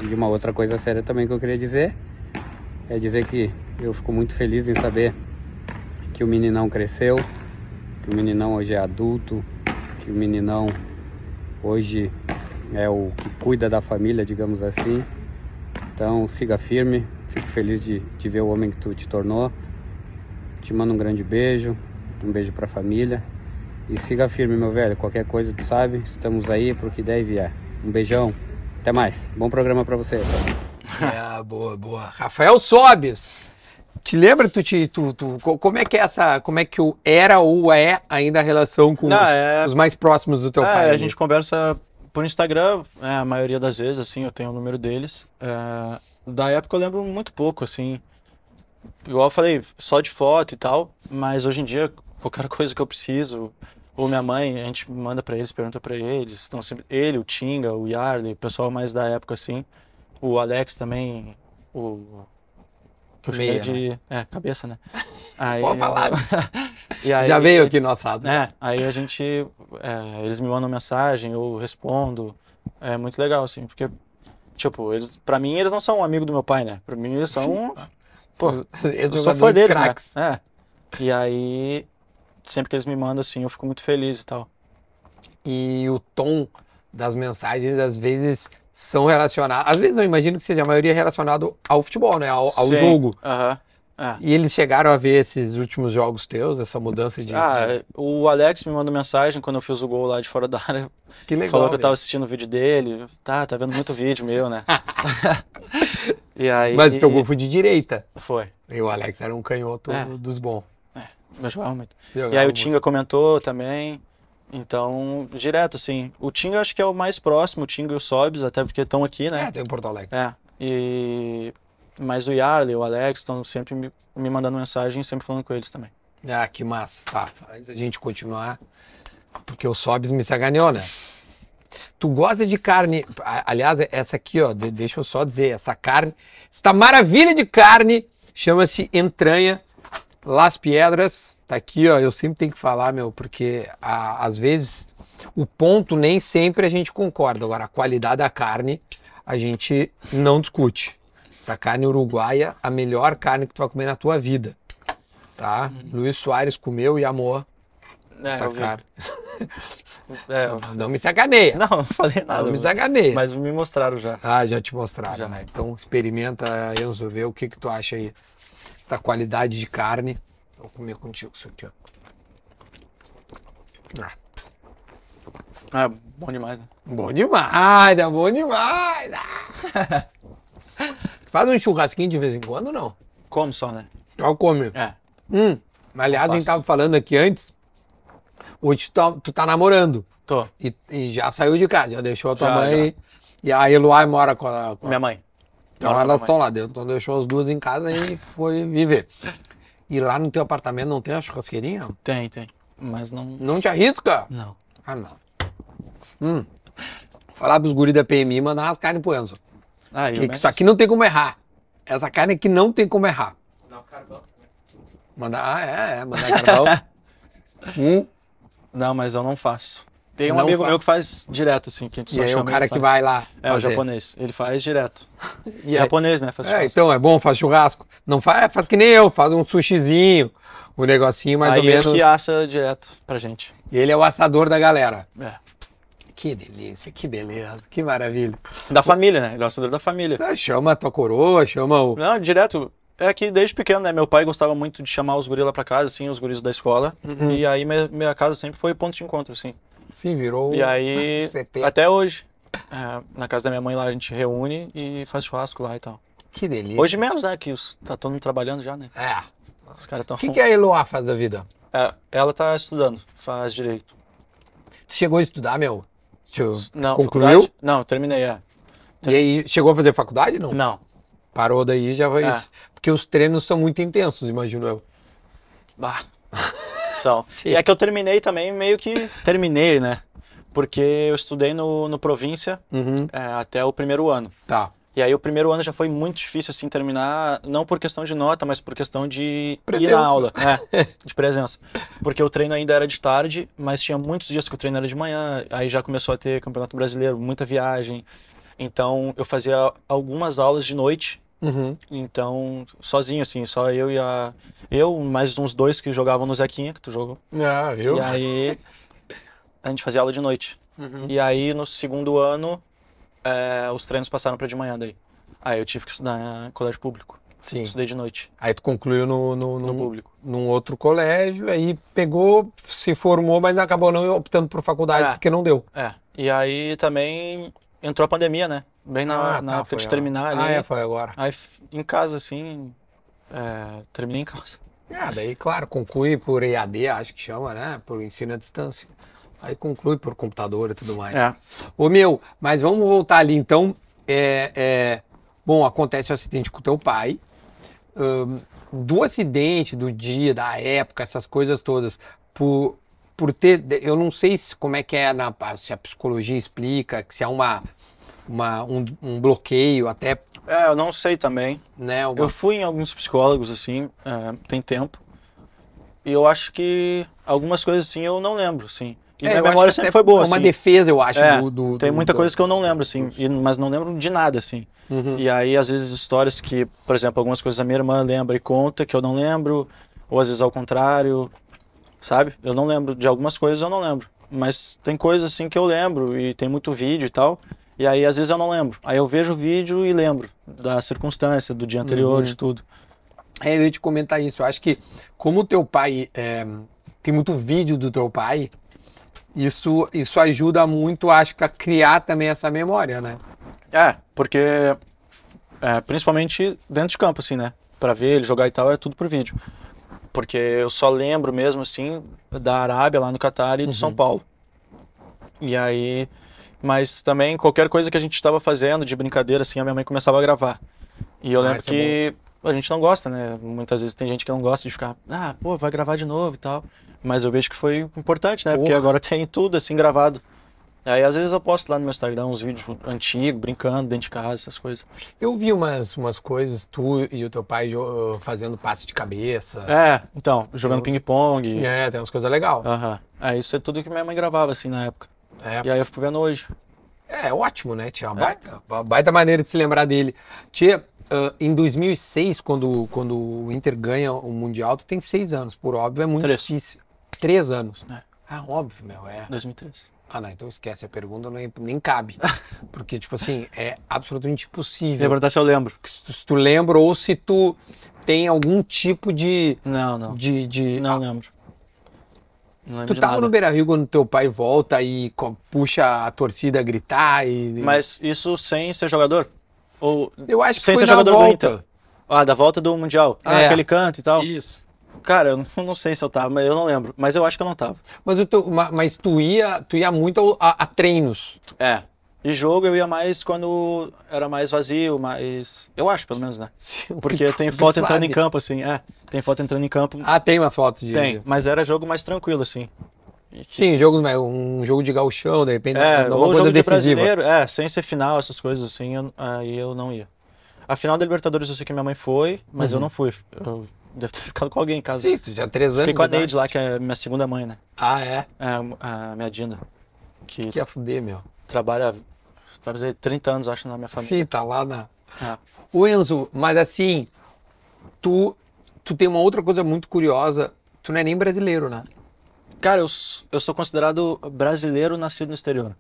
S4: E uma outra coisa séria também que eu queria dizer é dizer que eu fico muito feliz em saber que o meninão cresceu, que o meninão hoje é adulto, que o meninão hoje é o que cuida da família, digamos assim. Então siga firme, fico feliz de, de ver o homem que tu te tornou. Te mando um grande beijo, um beijo pra família. E siga firme, meu velho. Qualquer coisa tu sabe, estamos aí pro que der e vier. Um beijão, até mais. Bom programa pra você.
S1: É, boa, boa. Rafael Sobes. Te lembra, tu, te, tu, tu- co- como é que é essa, como é que o era ou é ainda a relação com
S2: Não,
S1: os,
S2: é-
S1: os mais próximos do teu
S2: É,
S1: pai?
S2: a
S1: ali?
S2: gente conversa por Instagram, é, a maioria das vezes, assim, eu tenho o número deles. É, da época eu lembro muito pouco, assim. Igual eu falei, só de foto e tal, mas hoje em dia, qualquer coisa que eu preciso, ou minha mãe, a gente manda pra eles, pergunta pra eles. Estão sempre. Ele, o Tinga, o Yardley, o pessoal mais da época, assim. O Alex também, o. Que eu chamei
S1: Meia,
S2: de. É, cabeça, né? Aí,
S1: Pode falar.
S2: E aí-
S1: Já veio aqui nosso assado.
S2: é, aí a gente, é, eles me mandam mensagem, eu respondo, é muito legal, assim, porque, tipo, eles, pra mim eles não são um amigo do meu pai, né? Pra mim eles são, pô, eu sou fã deles, né? É, e aí, sempre que eles me mandam, assim, eu fico muito feliz e tal.
S1: e o tom das mensagens às vezes são relacionados. Às vezes eu imagino que seja a maioria é relacionado ao futebol, né? Ao, ao
S2: Sim,
S1: jogo.
S2: Aham, é.
S1: E eles chegaram a ver esses últimos jogos teus, essa mudança de. de-
S2: Ah, o Alex me mandou mensagem quando eu fiz o gol lá de fora da área,
S1: que legal.
S2: falou que eu
S1: velho.
S2: tava assistindo o vídeo dele, tá, tá vendo muito vídeo meu, né? E aí...
S1: Mas então, o teu gol foi de direita.
S2: Foi,
S1: E o Alex era um canhoto
S2: É.
S1: dos bons.
S2: eu jogava é muito. E
S1: Jogava
S2: aí o
S1: muito.
S2: Tinga comentou também. Então, direto, assim. O Tinga acho que é o mais próximo, o Tinga e o Sobs, até porque estão aqui,
S1: É,
S2: né?
S1: tem o Porto Alegre.
S2: É. E... Mas o Yarley, o Alex estão sempre me, me mandando mensagem, sempre falando com eles também.
S1: Ah, que massa. Tá, antes da gente continuar, porque o Sobs me sacaneou, né? Tu gosta de carne. a- Aliás, essa aqui, ó, de- deixa eu só dizer, essa carne, esta maravilha de carne, chama-se entranha Las Piedras. Tá aqui, ó, eu sempre tenho que falar, meu, porque a- às vezes o ponto nem sempre a gente concorda. Agora, a qualidade da carne a gente não discute. Essa carne uruguaia, a melhor carne que tu vai comer na tua vida. Tá? Luiz Soares comeu e amou essa
S2: Uhum. É, eu vi.
S1: carne.
S2: É, eu-
S1: Não me sacaneia.
S2: Não, não falei
S1: Não,
S2: nada.
S1: me
S2: mas-
S1: sacaneia.
S2: Mas me mostraram já.
S1: Ah, já te mostraram,
S2: Já.
S1: né? Então experimenta, Enzo, vê o que que tu acha aí. Essa qualidade de carne. Vou comer contigo isso aqui, ó. Ah,
S2: É, bom demais, né?
S1: bom demais, é bom demais. ah! Faz um churrasquinho de vez em quando, não?
S2: Como só, né?
S1: Já come.
S2: É.
S1: Hum, mas, aliás, a gente
S2: Faço.
S1: tava falando aqui antes. Hoje tu tá, tu tá namorando
S2: Tô.
S1: e, e já saiu de casa, já deixou a tua
S2: Já,
S1: mãe. E a Eloy mora com a, com a
S2: Minha mãe.
S1: Então
S2: Mora com a
S1: elas
S2: mãe.
S1: estão lá dentro, então deixou as duas em casa e foi viver. E lá no teu apartamento não tem a churrasqueirinha?
S2: Tem, tem. Mas não.
S1: Não te arrisca?
S2: Não.
S1: Ah, não. Hum. Falar pros guri da PMI e mandar as carnes pro Enzo.
S2: Ah, e
S1: Que-
S2: o
S1: que
S2: Messi-
S1: isso aqui não tem como errar. Essa carne aqui não tem como errar. Mandar, ah, é, é, mandar carvão. hum.
S2: Não, mas eu não faço. Tem um
S1: Não
S2: amigo
S1: fa-
S2: meu que faz direto, assim, que a gente
S1: E
S2: só
S1: aí o
S2: chama e
S1: cara
S2: ele
S1: que
S2: faz.
S1: vai lá.
S2: É, o
S1: fazer.
S2: japonês. Ele faz direto.
S1: E aí-
S2: Japonês, né? Faz
S1: É,
S2: churrasco.
S1: então é bom, faz churrasco. Não é, faz, faz que nem eu, faz um sushizinho, um negocinho mais
S2: Aí
S1: ou menos.
S2: ele que assa direto pra gente.
S1: E ele é o assador da galera.
S2: É.
S1: Que delícia, que beleza, que maravilha.
S2: Da família, né? Ele é o assador da família.
S1: Ah, Chama a tua coroa, chama o.
S2: Não, direto. É que desde pequeno, né? Meu pai gostava muito de chamar os guris lá pra casa, assim, os guris da escola.
S1: Uhum.
S2: E aí minha, minha casa sempre foi ponto de encontro, assim.
S1: Sim, virou.
S2: E aí,
S1: CP.
S2: até hoje, é, na casa da minha mãe lá, a gente reúne e faz churrasco lá e tal.
S1: Que delícia.
S2: Hoje menos, né? Que os, tá todo mundo trabalhando já, né?
S1: É.
S2: Os caras estão...
S1: O que, é? que a Eloá faz da vida?
S2: ela tá estudando, faz direito.
S1: Tu chegou a estudar, meu? Tu
S2: Não,
S1: concluiu?
S2: faculdade? Não, terminei, é.
S1: E aí, chegou a fazer faculdade? Não.
S2: Não,
S1: Parou daí já foi
S2: É.
S1: isso. Porque os treinos são muito intensos, imagino eu.
S2: Bah. São. E é que eu terminei também, meio que terminei, né? Porque eu estudei no, no província
S1: Uhum.
S2: é, até o primeiro ano.
S1: Tá.
S2: E aí o primeiro ano já foi muito difícil assim terminar, não por questão de nota, mas por questão de ir
S1: Presença.
S2: na aula, é, de presença. Porque o treino ainda era de tarde, mas tinha muitos dias que o treino era de manhã, aí já começou a ter Campeonato Brasileiro, muita viagem. Então eu fazia algumas aulas de noite
S1: Uhum.
S2: Então, sozinho, assim, só eu e a. Eu, mais uns dois que jogavam no Zequinha, que tu jogou.
S1: Ah, eu?
S2: E aí a gente fazia aula de noite.
S1: Uhum. Hum.
S2: E aí no segundo ano é, os treinos passaram para de manhã daí. Aí eu tive que estudar em colégio público.
S1: Sim.
S2: Estudei de noite
S1: Aí tu concluiu no, no,
S2: no
S1: no-
S2: público.
S1: num outro colégio, aí pegou, se formou, mas acabou não optando por faculdade
S2: É.
S1: porque não deu.
S2: É. E aí também entrou a pandemia, né? Bem na,
S1: Ah,
S2: na
S1: tá,
S2: época de
S1: foi, ó.
S2: terminar ali.
S1: Ah, é, foi agora.
S2: Aí f- em casa, assim. é, terminei em casa.
S1: Ah, daí, claro, conclui por EAD, acho que chama, né? Por ensino à distância. Aí conclui por computador e tudo mais.
S2: É.
S1: Ô meu, mas vamos voltar ali então. É, é, bom, acontece o acidente com teu pai. Ahn, do acidente, do dia, da época, essas coisas todas, por, por ter. Eu não sei se, como é que é, na, se a psicologia explica, que se há uma, uma- um, um bloqueio, até,
S2: É, eu não sei também.
S1: né? uma-
S2: Eu fui em alguns psicólogos, assim, é, tem tempo. E eu acho que algumas coisas, assim, eu não lembro, assim. E
S1: É,
S2: minha
S1: eu acho
S2: memória
S1: que
S2: sempre
S1: até
S2: foi boa,
S1: É uma
S2: assim.
S1: defesa, eu acho,
S2: É,
S1: do, do-
S2: Tem
S1: do-
S2: muita
S1: do-
S2: coisa que eu não lembro, assim, e- mas não lembro de nada, assim.
S1: Uhum.
S2: E aí, às vezes, histórias que, por exemplo, algumas coisas a minha irmã lembra e conta que eu não lembro, ou às vezes ao contrário, sabe? Eu não lembro de algumas coisas, eu não lembro. Mas tem coisas, assim, que eu lembro, e tem muito vídeo e tal, e aí, às vezes, eu não lembro. Aí eu vejo o vídeo e lembro da circunstância, do dia anterior,
S1: Uhum.
S2: de tudo.
S1: É, eu ia te comentar isso. Eu acho que como o teu pai é, tem muito vídeo do teu pai, isso, isso ajuda muito, acho que, a criar também essa memória, né?
S2: É, porque é, principalmente dentro de campo, assim, né? Pra ver ele jogar e tal, é tudo por vídeo. Porque eu só lembro mesmo, assim, da Arábia lá no Catar e de
S1: Uhum.
S2: São Paulo. E aí. Mas também qualquer coisa que a gente estava fazendo de brincadeira, assim, a minha mãe começava a gravar. E eu
S1: Ah,
S2: lembro
S1: isso é
S2: que a gente não gosta, né? Muitas vezes tem gente que não gosta de ficar, ah, pô, vai gravar de novo e tal. Mas eu vejo que foi importante, né? Porque
S1: Porra.
S2: agora tem tudo, assim, gravado. Aí às vezes eu posto lá no meu Instagram uns vídeos antigos, brincando dentro de casa, essas coisas.
S1: Eu vi umas, umas coisas, tu e o teu pai jo- fazendo passe de cabeça.
S2: É, então, jogando ping-pong.
S1: É, tem umas coisas legais.
S2: Aham. É, isso é tudo que minha mãe gravava, assim, na época.
S1: É.
S2: E aí eu fico vendo hoje.
S1: É ótimo, né, Tia? Uma baita, uma baita maneira de se lembrar dele. Tia, ah, em 2006, quando, quando o Inter ganha o Mundial, tu tem seis anos, por óbvio, é muito
S2: Três.
S1: difícil. Três anos.
S2: É.
S1: Ah, óbvio, meu, é.
S2: 2003.
S1: Ah, não, então esquece, a pergunta nem, nem cabe. Porque, tipo assim, é absolutamente
S2: Ia
S1: impossível.
S2: perguntar se eu lembro.
S1: Se tu, se tu lembra ou se tu tem algum tipo de.
S2: Não, não.
S1: de, de-
S2: Não lembro. Não lembro
S1: Tu
S2: de
S1: tava
S2: nada.
S1: no Beira Rio quando teu pai volta e co- puxa a torcida a gritar e.
S2: Mas isso sem ser jogador? Ou
S1: eu acho que
S2: sem
S1: foi
S2: ser
S1: na
S2: jogador do
S1: volta.
S2: Inter. Ah, da volta do Mundial. Ah,
S1: É.
S2: aquele canto e tal.
S1: Isso.
S2: Cara, eu não- não sei se eu tava, mas eu não lembro. Mas eu acho que eu não tava.
S1: Mas, o teu- ma- mas tu, ia, tu ia muito ao- a, a treinos.
S2: É. E jogo eu ia mais quando era mais vazio, mais. Eu acho, pelo menos, né? Porque tem
S1: Tu
S2: foto entrando em
S1: sabe.
S2: campo, assim. É, tem foto entrando em campo.
S1: Ah, tem umas fotos de.
S2: tem, mas era jogo mais tranquilo, assim.
S1: Sim, jogos, mas um jogo de gauchão, de repente,
S2: É,
S1: alguma
S2: ou
S1: coisa
S2: jogo de
S1: decisiva.
S2: brasileiro, é, sem ser final, essas coisas assim, eu- aí eu não ia. A final da Libertadores eu sei que minha mãe foi, mas eu não fui. Eu devo ter ficado com alguém em casa.
S1: Uhum. Sim, tu já três anos.
S2: Fiquei com a
S1: de idade.
S2: Neide lá, que é minha segunda mãe, né?
S1: Ah, é.
S2: É, a minha Dina, que
S1: Que ia fuder, meu.
S2: trabalha, vai fazer 30 anos, acho, na minha família.
S1: Sim, tá lá na.
S2: É.
S1: O Enzo, mas assim, tu, tu tem uma outra coisa muito curiosa. Tu não é nem brasileiro, né?
S2: Cara, eu, s- eu sou considerado brasileiro nascido no exterior.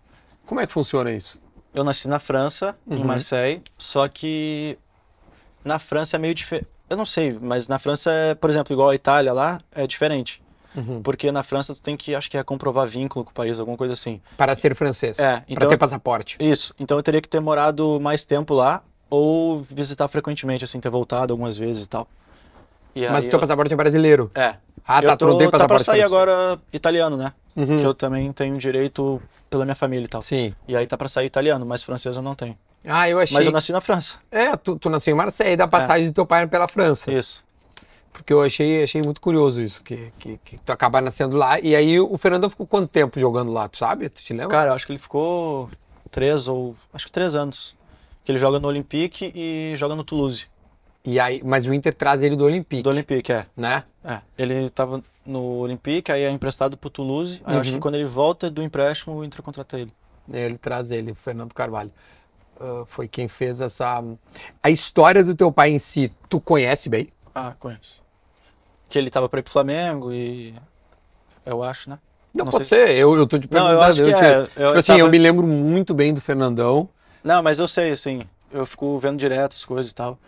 S1: Como é que funciona isso?
S2: Eu nasci na França,
S1: Uhum.
S2: em Marseille, só que na França é meio diferente. Eu não sei, mas na França, é, por exemplo, igual a Itália lá, é diferente.
S1: Uhum.
S2: Porque na França tu tem que, acho que é comprovar vínculo com o país, alguma coisa assim.
S1: Para ser francês.
S2: É,
S1: Para
S2: então-
S1: ter passaporte.
S2: Isso. Então eu teria que ter morado mais tempo lá ou visitar frequentemente, assim, ter voltado algumas vezes e tal. E
S1: Mas
S2: aí
S1: o teu
S2: eu-
S1: passaporte é brasileiro.
S2: É.
S1: Ah, tá,
S2: eu
S1: tu não
S2: tô,
S1: tem
S2: tá pra
S1: passaporte
S2: sair
S1: francês.
S2: agora italiano, né?
S1: Uhum.
S2: Que eu também tenho direito pela minha família e tal.
S1: Sim.
S2: E aí tá pra sair italiano, mas francês eu não tenho.
S1: Ah, eu achei.
S2: Mas eu nasci na França.
S1: É, tu, tu nasceu em Marseille, da passagem do teu pai pela França.
S2: Isso.
S1: Porque eu achei, achei muito curioso isso, que, que, que tu acabar nascendo lá. E aí o Fernando ficou quanto tempo jogando lá, tu sabe? Tu te lembra?
S2: Cara, eu acho que ele ficou três ou. Acho que três anos. Que ele joga no Olympique e joga no Toulouse.
S1: E aí, mas o Inter traz ele do Olympique,
S2: Do Olympique, é.
S1: né?
S2: é. Ele tava no Olympique, aí é emprestado pro Toulouse.
S1: Uhum.
S2: Aí eu acho que quando ele volta do empréstimo, o Inter contrata ele.
S1: Ele traz ele, o Fernando Carvalho. ah, foi quem fez essa. A história do teu pai em si, tu conhece bem?
S2: Ah, conheço. Que ele tava pra ir pro Flamengo e. Eu acho, né?
S1: Não,
S2: Não
S1: pode
S2: sei.
S1: ser, eu, eu tô te
S2: Não, eu
S1: perguntando.
S2: acho que
S1: te-
S2: é, eu
S1: tipo assim,
S2: tava-
S1: eu me lembro muito bem do Fernandão.
S2: Não, mas eu sei, assim. Eu fico vendo direto as coisas e tal.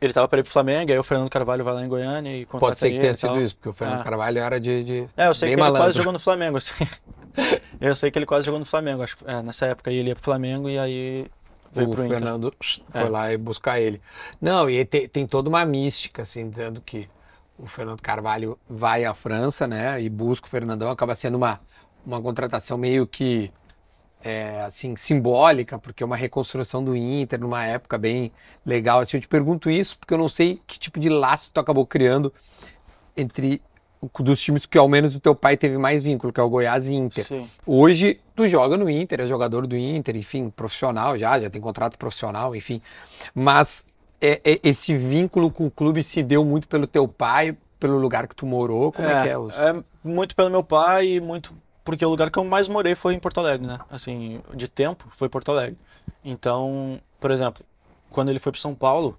S2: Ele tava pra ir pro Flamengo, aí o Fernando Carvalho vai lá em Goiânia e contrata
S1: Pode ser que
S2: ele
S1: tenha
S2: e tal.
S1: sido isso, porque o Fernando
S2: Ah.
S1: Carvalho era de. de-
S2: É, eu sei
S1: bem
S2: que ele
S1: malandro.
S2: quase jogou no Flamengo, assim. Eu sei que ele quase jogou no Flamengo, acho que é, nessa época aí ele ia pro Flamengo e aí
S1: o
S2: veio pro Inter.
S1: Fernando foi
S2: É.
S1: lá e buscar ele. Não, e tem, tem toda uma mística, assim, dizendo que o Fernando Carvalho vai à França, né, e busca o Fernandão, acaba sendo uma, uma contratação meio que, é, assim, simbólica, porque é uma reconstrução do Inter numa época bem legal. Assim, eu te pergunto isso porque eu não sei que tipo de laço tu acabou criando entre o- dos times que ao menos o teu pai teve mais vínculo, que é o Goiás e Inter.
S2: Sim.
S1: Hoje tu joga no Inter, é jogador do Inter, enfim, profissional já, já tem contrato profissional, enfim. Mas é- é- esse vínculo com o clube se deu muito pelo teu pai, pelo lugar que tu morou, como é, que é? Os...
S2: é muito pelo meu pai e muito porque o lugar que eu mais morei foi em Porto Alegre, né? Assim, de tempo foi Porto Alegre. Então, por exemplo, quando ele foi pro São Paulo,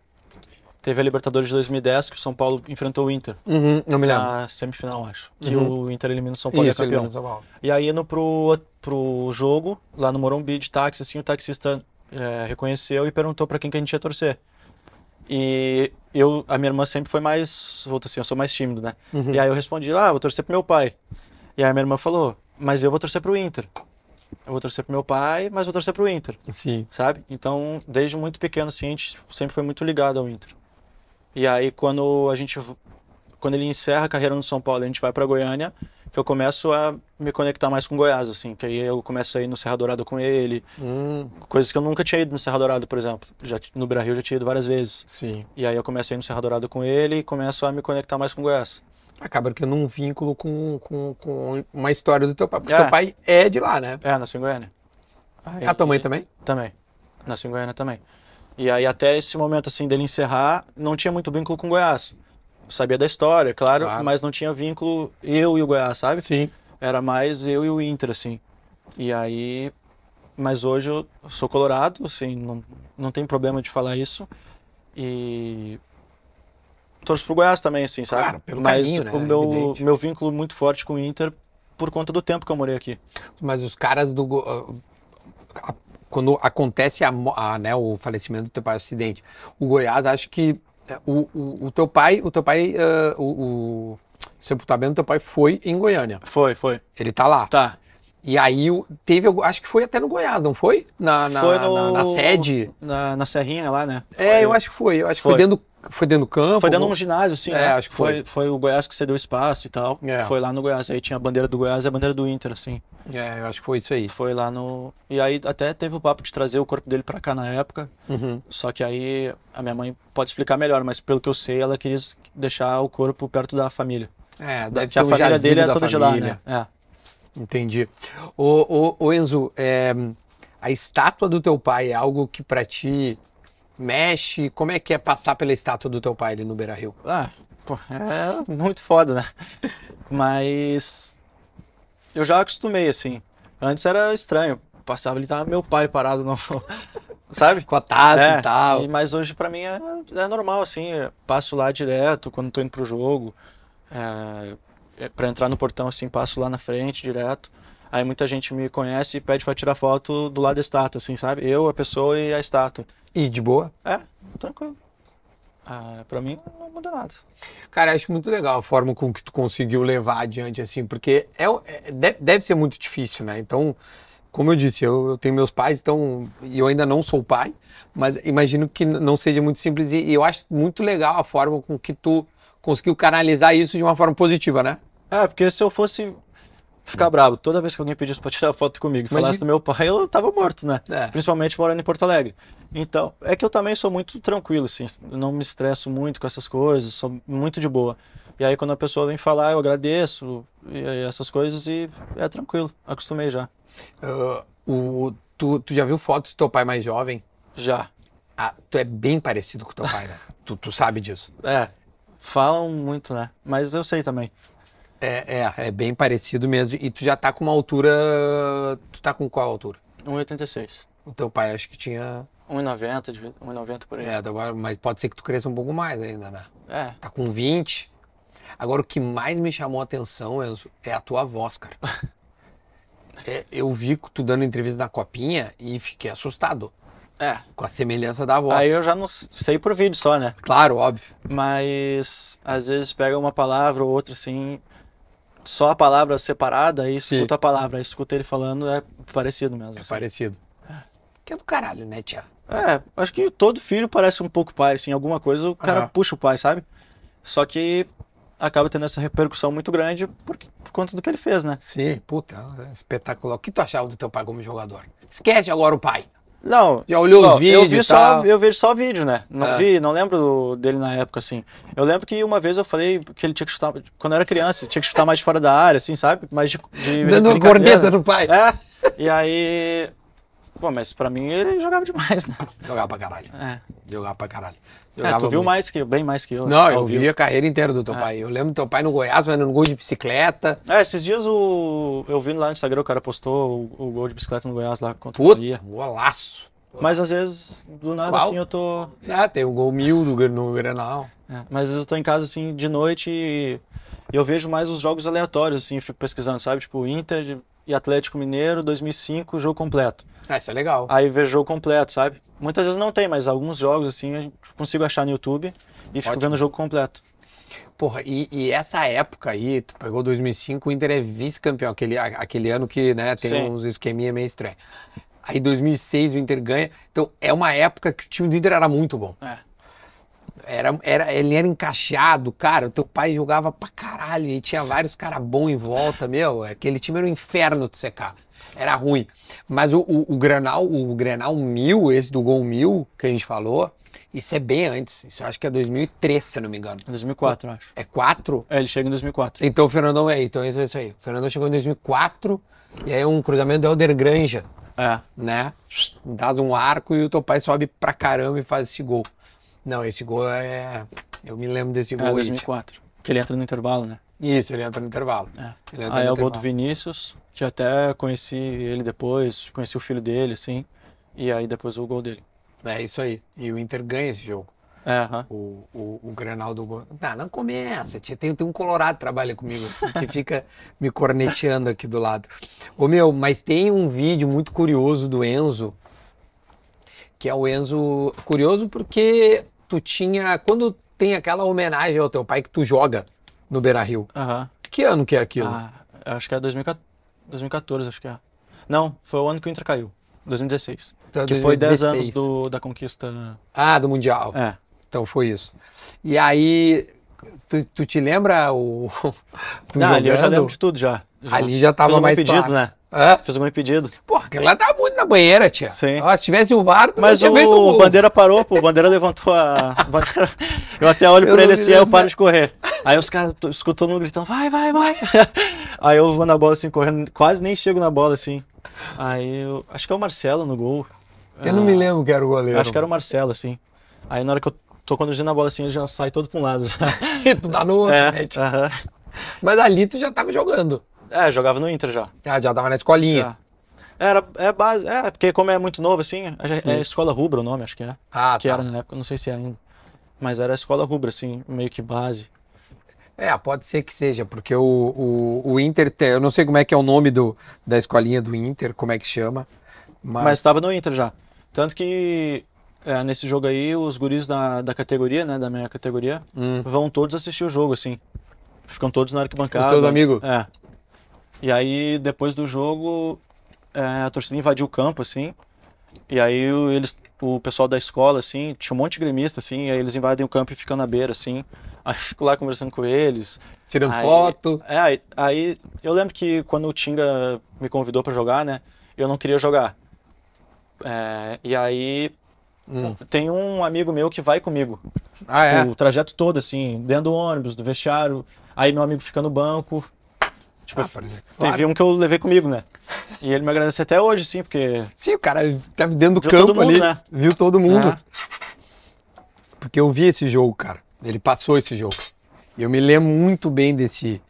S2: teve a Libertadores de 2010 que o São Paulo enfrentou o Inter
S1: Uhum, não me lembro.
S2: na semifinal, acho. Que
S1: Uhum.
S2: o Inter elimina o São Paulo e é
S1: ele
S2: campeão.
S1: ganhou São Paulo.
S2: E aí indo pro, pro jogo, lá no Morumbi de táxi, assim, o taxista é, reconheceu e perguntou pra quem que a gente ia torcer. E eu, a minha irmã sempre foi mais, volta assim, eu sou mais tímido, né?
S1: Hum. Uhum,
S2: E aí eu respondi, ah, vou torcer pro meu pai. E aí minha irmã falou, mas eu vou torcer pro Inter. Eu vou torcer pro meu pai, mas vou torcer pro Inter,
S1: Sim.
S2: sabe? Então, desde muito pequeno, assim, a gente sempre foi muito ligado ao Inter. E aí quando a gente quando ele encerra a carreira no São Paulo, e a gente vai para Goiânia, que eu começo a me conectar mais com Goiás, assim, que aí eu começo a ir no Serra Dourada com ele,
S1: Hum,
S2: coisas que eu nunca tinha ido no Serra Dourada, por exemplo. Já t- no Brasil eu já tinha ido várias vezes.
S1: sim.
S2: E aí eu comecei a ir no Serra Dourada com ele e começo a me conectar mais com Goiás.
S1: Acaba criando um vínculo com, com, com uma história do teu pai, porque
S2: É.
S1: teu pai é de lá, né?
S2: É, nasci em Goiânia. Aí-
S1: A Ah, tua mãe também?
S2: Também. Nasci em Goiânia também. E aí até esse momento assim dele encerrar, não tinha muito vínculo com Goiás. Sabia da história, claro,
S1: Claro.
S2: mas não tinha vínculo eu e o Goiás, sabe?
S1: Sim.
S2: era mais eu e o Inter, assim. E aí. Mas hoje eu sou colorado, assim, não, não tem problema de falar isso. E. Torço pro Goiás também, assim, sabe?
S1: Claro, pelo
S2: mas
S1: carinho, né?
S2: o meu,
S1: Evidente.
S2: meu vínculo muito forte com o Inter por conta do tempo que eu morei aqui.
S1: Mas os caras do. Go- ah, a- Quando acontece a mo- a, né, o falecimento do teu pai, o acidente, o Goiás, acho que é, o, o, o teu pai, o teu pai, eh, o, o sepultamento do teu pai foi em Goiânia.
S2: Foi, foi.
S1: Ele tá lá.
S2: Tá.
S1: E aí o- teve, algum- acho que foi até no Goiás, não foi? Na, na,
S2: foi
S1: na- na sede?
S2: Na, na Serrinha lá, né?
S1: É, eu acho que foi. Eu acho que foi,
S2: Foi.
S1: dentro, foi dentro do campo.
S2: Foi dentro de
S1: algum-
S2: um ginásio, sim.
S1: É,
S2: né?
S1: acho que foi.
S2: foi. o Goiás que cedeu espaço e tal.
S1: É.
S2: Foi lá no Goiás. Aí tinha a bandeira do Goiás e a bandeira do Inter, assim.
S1: É, eu acho que foi isso aí.
S2: Foi lá no. E aí até teve o papo de trazer o corpo dele pra cá na época.
S1: Uhum.
S2: Só que aí a minha mãe pode explicar melhor, mas pelo que eu sei, ela quis deixar o corpo perto da família.
S1: É,
S2: Da-
S1: deve
S2: que a
S1: ter um
S2: família
S1: jazigo
S2: dele é
S1: da
S2: toda de
S1: família.
S2: lá, né?
S1: Entendi. Ô, ô, ô Enzo, é, a estátua do teu pai é algo que pra ti mexe? Como é que é passar pela estátua do teu pai ali no Beira Rio?
S2: É. Ah, pô, é muito foda, né? Mas eu já acostumei, assim. Antes era estranho. Passava ali, tava meu pai parado no. Sabe?
S1: Com a taça
S2: É,
S1: e tal.
S2: e- mas hoje pra mim é, é normal, assim, eu passo lá direto quando tô indo pro jogo, é, é, pra entrar no portão, assim, passo lá na frente direto. Aí muita gente me conhece e pede pra tirar foto do lado da estátua, assim, sabe? Eu, a pessoa e a estátua.
S1: E de boa?
S2: É, tranquilo. Ah, pra mim não muda nada.
S1: Cara, eu acho muito legal a forma com que tu conseguiu levar adiante, assim, porque é, o- é- de- deve ser muito difícil, né? Então, como eu disse, eu, eu tenho meus pais, então, e eu ainda não sou pai, mas imagino que n- não seja muito simples. E, e eu acho muito legal a forma com que tu conseguiu canalizar isso de uma forma positiva, né?
S2: É, porque se eu fosse ficar bravo toda vez que alguém pedisse pra tirar foto comigo e falasse do meu pai, eu tava morto, né?
S1: É.
S2: Principalmente morando em Porto Alegre. Então, é que eu também sou muito tranquilo, assim, não me estresso muito com essas coisas, sou muito de boa. E aí quando a pessoa vem falar, eu agradeço e e essas coisas e é tranquilo, acostumei já.
S1: Ah, o, tu, tu já viu fotos do teu pai mais jovem?
S2: Já.
S1: Ah, tu é bem parecido com o teu pai, né? tu, tu sabe disso.
S2: É. Falam muito, né? Mas eu sei também.
S1: É, é, é bem parecido mesmo. E tu já tá com uma altura. Tu tá com qual altura?
S2: 1,86.
S1: O teu pai acho que tinha
S2: 1,90, de vez- 1,90 por aí.
S1: É, agora, mas pode ser que tu cresça um pouco mais ainda, né?
S2: É.
S1: Tá com 20. Agora, o que mais me chamou a atenção, Enzo, é a tua voz, cara. É, eu vi que tu dando entrevista na Copinha e fiquei assustado
S2: é.
S1: com a semelhança da voz.
S2: Aí eu já não s- sei por vídeo só, né?
S1: Claro, óbvio.
S2: Mas às vezes pega uma palavra ou outra assim, só a palavra separada, aí escuta a palavra, aí escuta ele falando, é parecido mesmo.
S1: É
S2: assim.
S1: parecido. Que é do caralho, né, Tia?
S2: É, acho que todo filho parece um pouco pai, assim, alguma coisa o cara
S1: Aham.
S2: puxa o pai, sabe? Só que acaba tendo essa repercussão muito grande por, por conta do que ele fez, né?
S1: Sim, puta, é espetacular. O que tu achava do teu pai como jogador? Esquece agora o pai.
S2: Não,
S1: Já olhou
S2: não,
S1: os vídeos
S2: eu vi
S1: e
S2: só,
S1: tal?
S2: eu vejo só vídeo, né? Não
S1: Ah.
S2: vi, não lembro dele na época assim. Eu lembro que uma vez eu falei que ele tinha que chutar, quando eu era criança, tinha que chutar mais de fora da área, assim, sabe? Mais de, de
S1: Dando uma
S2: é brincadeira.
S1: corneta no pai.
S2: É. E aí, pô, mas pra mim ele jogava demais, né?
S1: Jogava pra caralho.
S2: É.
S1: Jogava pra caralho.
S2: É,
S1: Jogava
S2: tu viu
S1: muito.
S2: mais que eu, bem mais que eu. né?
S1: Não, eu
S2: ao vivo. Ah.
S1: vi a carreira inteira do teu pai. Eu lembro do teu pai no Goiás, fazendo um gol de bicicleta.
S2: É, esses dias o... eu vi lá no Instagram, o cara postou o, o gol de bicicleta no Goiás lá contra o
S1: Puta,
S2: Bahia.
S1: golaço.
S2: Mas às vezes, do nada
S1: Qual?
S2: assim, eu tô.
S1: Ah, tem o gol mil do, no Grenal.
S2: é, mas às vezes eu tô em casa assim de noite e e eu vejo mais os jogos aleatórios, assim, eu fico pesquisando, sabe? Tipo, Inter e Atlético Mineiro 2005, jogo completo.
S1: Ah, isso é legal.
S2: Aí eu vejo jogo completo, sabe? Muitas vezes não tem, mas alguns jogos assim eu consigo achar no YouTube e fico
S1: Ótimo.
S2: vendo o jogo completo.
S1: Porra, e, e essa época aí, tu pegou 2005, o Inter é vice-campeão, aquele, a- aquele ano que né, tem
S2: Sim.
S1: uns esqueminha meio estranho. Aí 2006 o Inter ganha. Então é uma época que o time do Inter era muito bom.
S2: É.
S1: Era, era, ele era encaixado, cara. O teu pai jogava pra caralho e tinha vários caras bons em volta, meu. Aquele time era um inferno de secar. Era ruim. Mas o, o, o Grenal, o Grenal 1000, esse do gol 1000 que a gente falou, isso é bem antes. Isso eu acho que é 2003, se eu não me engano.
S2: 2004, eu acho.
S1: É 4?
S2: É, ele chega em 2004.
S1: Então o Fernandão é, então isso é isso aí. O Fernandão chegou em 2004 e aí é um cruzamento do Helder Granja,
S2: É.
S1: né? Dás um arco e o teu pai sobe pra caramba e faz esse gol. Não, esse gol é. Eu me lembro desse
S2: É,
S1: gol aí.
S2: 2004. Que ele entra no intervalo, né?
S1: Isso, ele entra no intervalo.
S2: É.
S1: Ele entra
S2: Aí é
S1: no
S2: o gol do
S1: intervalo.
S2: Vinícius, que até conheci ele depois, conheci o filho dele, assim. E aí depois o gol dele.
S1: É isso aí. E o Inter ganha esse jogo.
S2: É, aham.
S1: O, o, o Grenal do gol. Não, não começa. tia. Tem, tem um colorado que trabalha comigo que fica me corneteando aqui do lado. Ô meu, mas tem um vídeo muito curioso do Enzo, que é o Enzo. Curioso porque tu tinha. Quando tem aquela homenagem ao teu pai que tu joga no Beira Rio.
S2: Aham.
S1: Que ano que é aquilo?
S2: Ah, acho que é 2014, 2014, acho que é. Não, foi o ano que o Inter caiu. 2016.
S1: Então,
S2: que foi 10 anos
S1: 2016.
S2: do, da conquista.
S1: Ah, do Mundial.
S2: É.
S1: Então foi isso. E aí. Tu, tu te lembra o. tu
S2: Não, Ah, ali eu já
S1: jogando?
S2: lembro de tudo já. já
S1: Ali já tava
S2: Fiz o gol
S1: mais
S2: impedido,
S1: claro.
S2: né?
S1: Hã?
S2: Fiz o gol impedido.
S1: Porra, aquilo lá tá muito na banheira, tia.
S2: Sim.
S1: Ó, se tivesse o VAR, tu
S2: Mas
S1: não
S2: o
S1: tinha feito gol.
S2: Bandeira parou, pô. O Bandeira levantou a. a bandeira- Eu até olho
S1: Eu
S2: pra
S1: não
S2: ele
S1: me
S2: assim, aí eu
S1: lembro.
S2: paro de correr. Aí os caras tô- escutam todo mundo gritando, vai, vai, vai. Aí eu vou na bola assim, correndo, quase nem chego na bola assim. Aí eu. Acho que é o Marcelo no gol.
S1: Eu não me lembro que era o goleiro.
S2: Ah. Acho que era o Marcelo, assim. Aí na hora que eu tô conduzindo a bola assim, ele já sai todo pra um lado. Já.
S1: Marquito, dá no outro,
S2: É,
S1: né, tia?
S2: aham.
S1: Mas ali tu já tava jogando.
S2: É, jogava no Inter já.
S1: Ah, já tava na escolinha.
S2: já. Era, é base, é, porque como é muito novo assim, é, é escola rubra o nome, acho que é.
S1: Ah,
S2: que
S1: tá.
S2: era na época, não sei se é ainda. Mas era a escola rubra, assim, meio que base.
S1: É, pode ser que seja, porque o, o, o Inter, tem- eu não sei como é que é o nome do, da escolinha do Inter, como é que chama. Mas,
S2: Mas estava no Inter já. Tanto que é, nesse jogo aí, os guris da, da categoria, né, da minha categoria,
S1: Hum.
S2: vão todos assistir o jogo, assim. Ficam todos na arquibancada.
S1: Os teus amigos?
S2: É. E aí, depois do jogo, é, a torcida invadiu o campo, assim. E aí, o- eles, o pessoal da escola, assim, tinha um monte de gremista, assim. E aí, eles invadem o campo e ficam na beira, assim. Aí, eu fico lá conversando com eles.
S1: tirando
S2: Aí-
S1: foto.
S2: É, aí, aí eu lembro que quando o Tinga me convidou pra jogar, né? Eu não queria jogar. É, e aí
S1: Hum.
S2: tem um amigo meu que vai comigo.
S1: Ah, é?
S2: O trajeto todo, assim, dentro do ônibus, do vestiário. Aí meu amigo fica no banco.
S1: Ah,
S2: Tipo, teve um que eu levei comigo, né? E ele me agradece até hoje, sim, porque.
S1: Sim, o cara tava dentro do
S2: Viu
S1: campo
S2: todo mundo,
S1: ali,
S2: né?
S1: viu todo mundo.
S2: Ah,
S1: Porque eu vi esse jogo, cara. Ele passou esse jogo. E eu me lembro muito bem desse.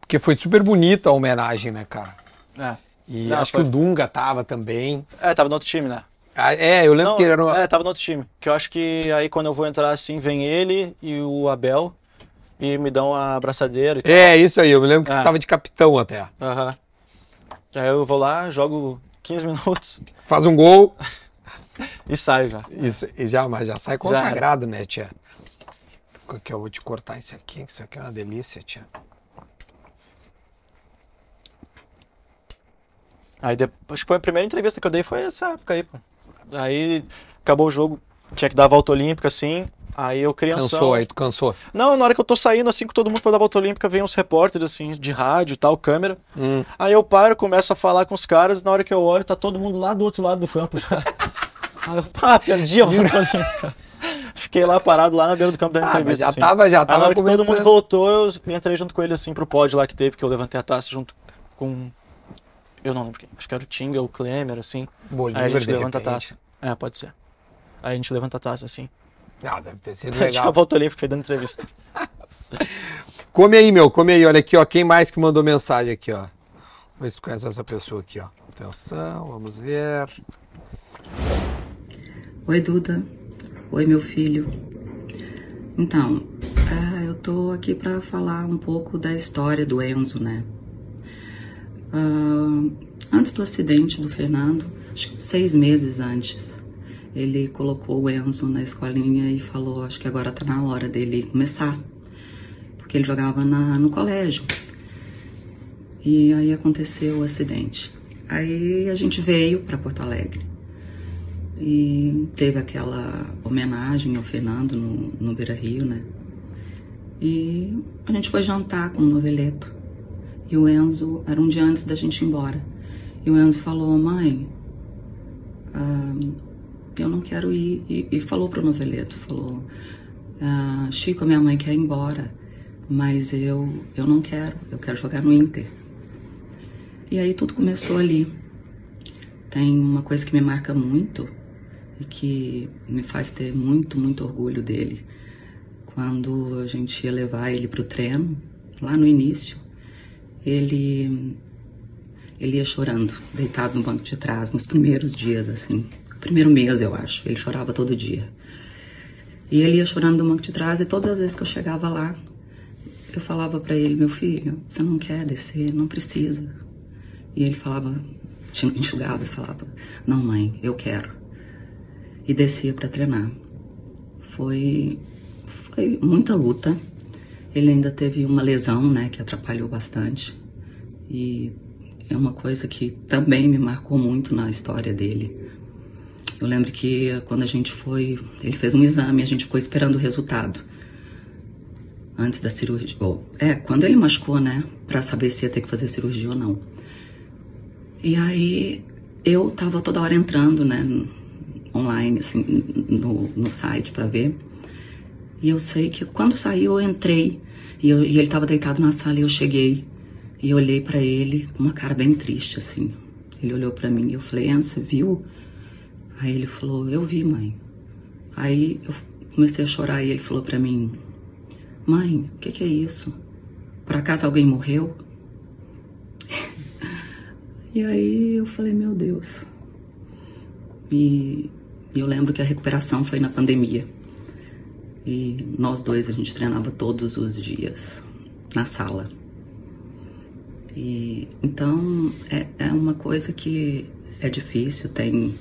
S1: Porque foi super bonita a homenagem, né, cara?
S2: é.
S1: E
S2: Não,
S1: acho
S2: foi-
S1: que o Dunga tava também.
S2: É, tava no outro time, né?
S1: Ah, é, eu lembro
S2: Não,
S1: que ele era um...
S2: É, tava no outro time. Que eu acho que aí quando eu vou entrar assim, vem ele e o Abel e me dão a abraçadeira e tal.
S1: É, isso aí, eu me lembro que
S2: Ah.
S1: tu tava de capitão até.
S2: Aham. Aí eu vou lá, jogo 15 minutos
S1: Faz um gol
S2: e saio já.
S1: isso, e já, mas já sai consagrado, né, tia? é Que eu vou te cortar isso aqui, que isso aqui é uma delícia, tia.
S2: Aí depois, acho que foi a primeira entrevista que eu dei foi essa época aí, pô. Aí acabou o jogo, tinha que dar a volta olímpica assim. Aí eu criança.
S1: Cansou aí, tu cansou.
S2: Não, na hora que eu tô saindo, assim, com todo mundo pra dar a volta olímpica, vem uns repórteres, assim, de rádio e tal, câmera. Aí eu paro, começo a falar com os caras, na hora que eu olho, tá todo mundo lá do outro lado do campo já. Aí eu, pá, perdi a volta olímpica. Fiquei lá parado, lá na beira do campo da
S1: Ah,
S2: entrevista.
S1: mas já
S2: assim.
S1: tava- já
S2: Aí
S1: tava
S2: na hora que todo mundo
S1: começando.
S2: voltou, eu entrei junto com ele, assim, pro pódio lá que teve, que eu levantei a taça junto com... Eu não lembro quem, acho que era o Tinga, o Klemer, assim.
S1: Bolívar,
S2: Aí a gente
S1: de
S2: levanta a
S1: repente.
S2: taça. É, pode ser. Aí a gente levanta a taça, assim.
S1: Ah, deve ter sido
S2: Tinha a
S1: legal.
S2: volta olímpica, foi dando entrevista.
S1: Come aí, meu, come aí. Olha aqui, ó. Quem mais que mandou mensagem aqui, ó? Vamos ver se tu conhece essa pessoa aqui, ó. Atenção, vamos ver.
S5: Oi, Duda. Oi, meu filho. Então, ah, eu tô aqui pra falar um pouco da história do Enzo, né? Ah, antes do acidente do Fernando, acho que seis meses antes, ele colocou o Enzo na escolinha e falou: Acho que agora tá na hora dele começar. Porque ele jogava na- no colégio. E aí aconteceu o acidente. Aí a gente veio pra Porto Alegre. E teve aquela homenagem ao Fernando no, no Beira Rio, né? E a gente foi jantar com o noveleto. E o Enzo, era um dia antes da gente ir embora. E o Enzo falou, mãe, ah, eu não quero ir. E, e falou pro noveleto, falou, ah, Chico, minha mãe quer ir embora, mas eu, eu não quero, eu quero jogar no Inter. E aí tudo começou ali. Tem uma coisa que me marca muito e que me faz ter muito, muito orgulho dele. Quando a gente ia levar ele pro treino, lá no início, ele ele ia chorando, deitado no banco de trás, nos primeiros dias, assim. Primeiro mês, eu acho. Ele chorava todo dia. E ele ia chorando no banco de trás, e todas as vezes que eu chegava lá, eu falava pra ele: Meu filho, você não quer descer, não precisa. E ele falava, te enxugava e falava: Não, mãe, eu quero. E descia pra treinar. Foi, foi muita luta. Ele ainda teve uma lesão, né, que atrapalhou bastante. E é uma coisa que também me marcou muito na história dele. Eu lembro que eh, quando a gente foi, ele fez um exame, a gente ficou esperando o resultado antes da cirurgia. Ou, é, quando ele machucou, né, Pra saber se ia ter que fazer cirurgia ou não. E aí eu tava toda hora entrando, né, online, assim, no, no site pra ver. E eu sei que quando saiu eu entrei e, eu- e ele tava deitado na sala e eu cheguei e olhei pra ele com uma cara bem triste, assim. Ele olhou pra mim e eu falei, Anne, você viu? Aí ele falou, eu vi, mãe. Aí eu comecei a chorar e ele falou pra mim, mãe, o que, que é isso? Por acaso alguém morreu? E aí eu falei, meu Deus. E eu lembro que a recuperação foi na pandemia. E nós dois a gente treinava todos os dias na sala. E então é, é uma coisa que é difícil, tem,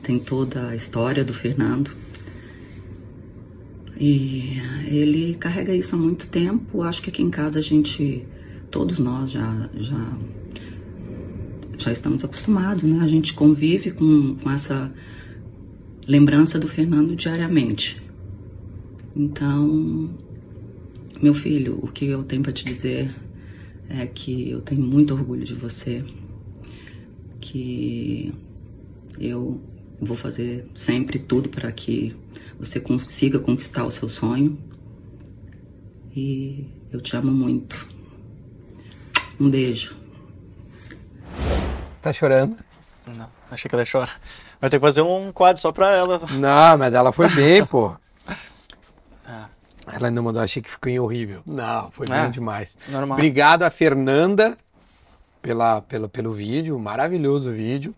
S5: tem toda a história do Fernando. E ele carrega isso há muito tempo. Acho que aqui em casa a gente, todos nós já, já já estamos acostumados, né? A gente convive com, com essa lembrança do Fernando diariamente. Então, meu filho, o que eu tenho para te dizer é que eu tenho muito orgulho de você, que eu vou fazer sempre tudo para que você consiga conquistar o seu sonho. E eu te amo muito. Um beijo.
S1: Tá chorando?
S2: Não, achei que ela ia chorar. Vai ter que fazer um quadro só pra ela.
S1: Não, mas ela foi bem, pô. Ela ainda mandou, achei que ficou em horrível. Não, foi
S2: Ah. É,
S1: bem demais.
S2: normal.
S1: Obrigado a Fernanda pela, pela, pelo vídeo, maravilhoso vídeo.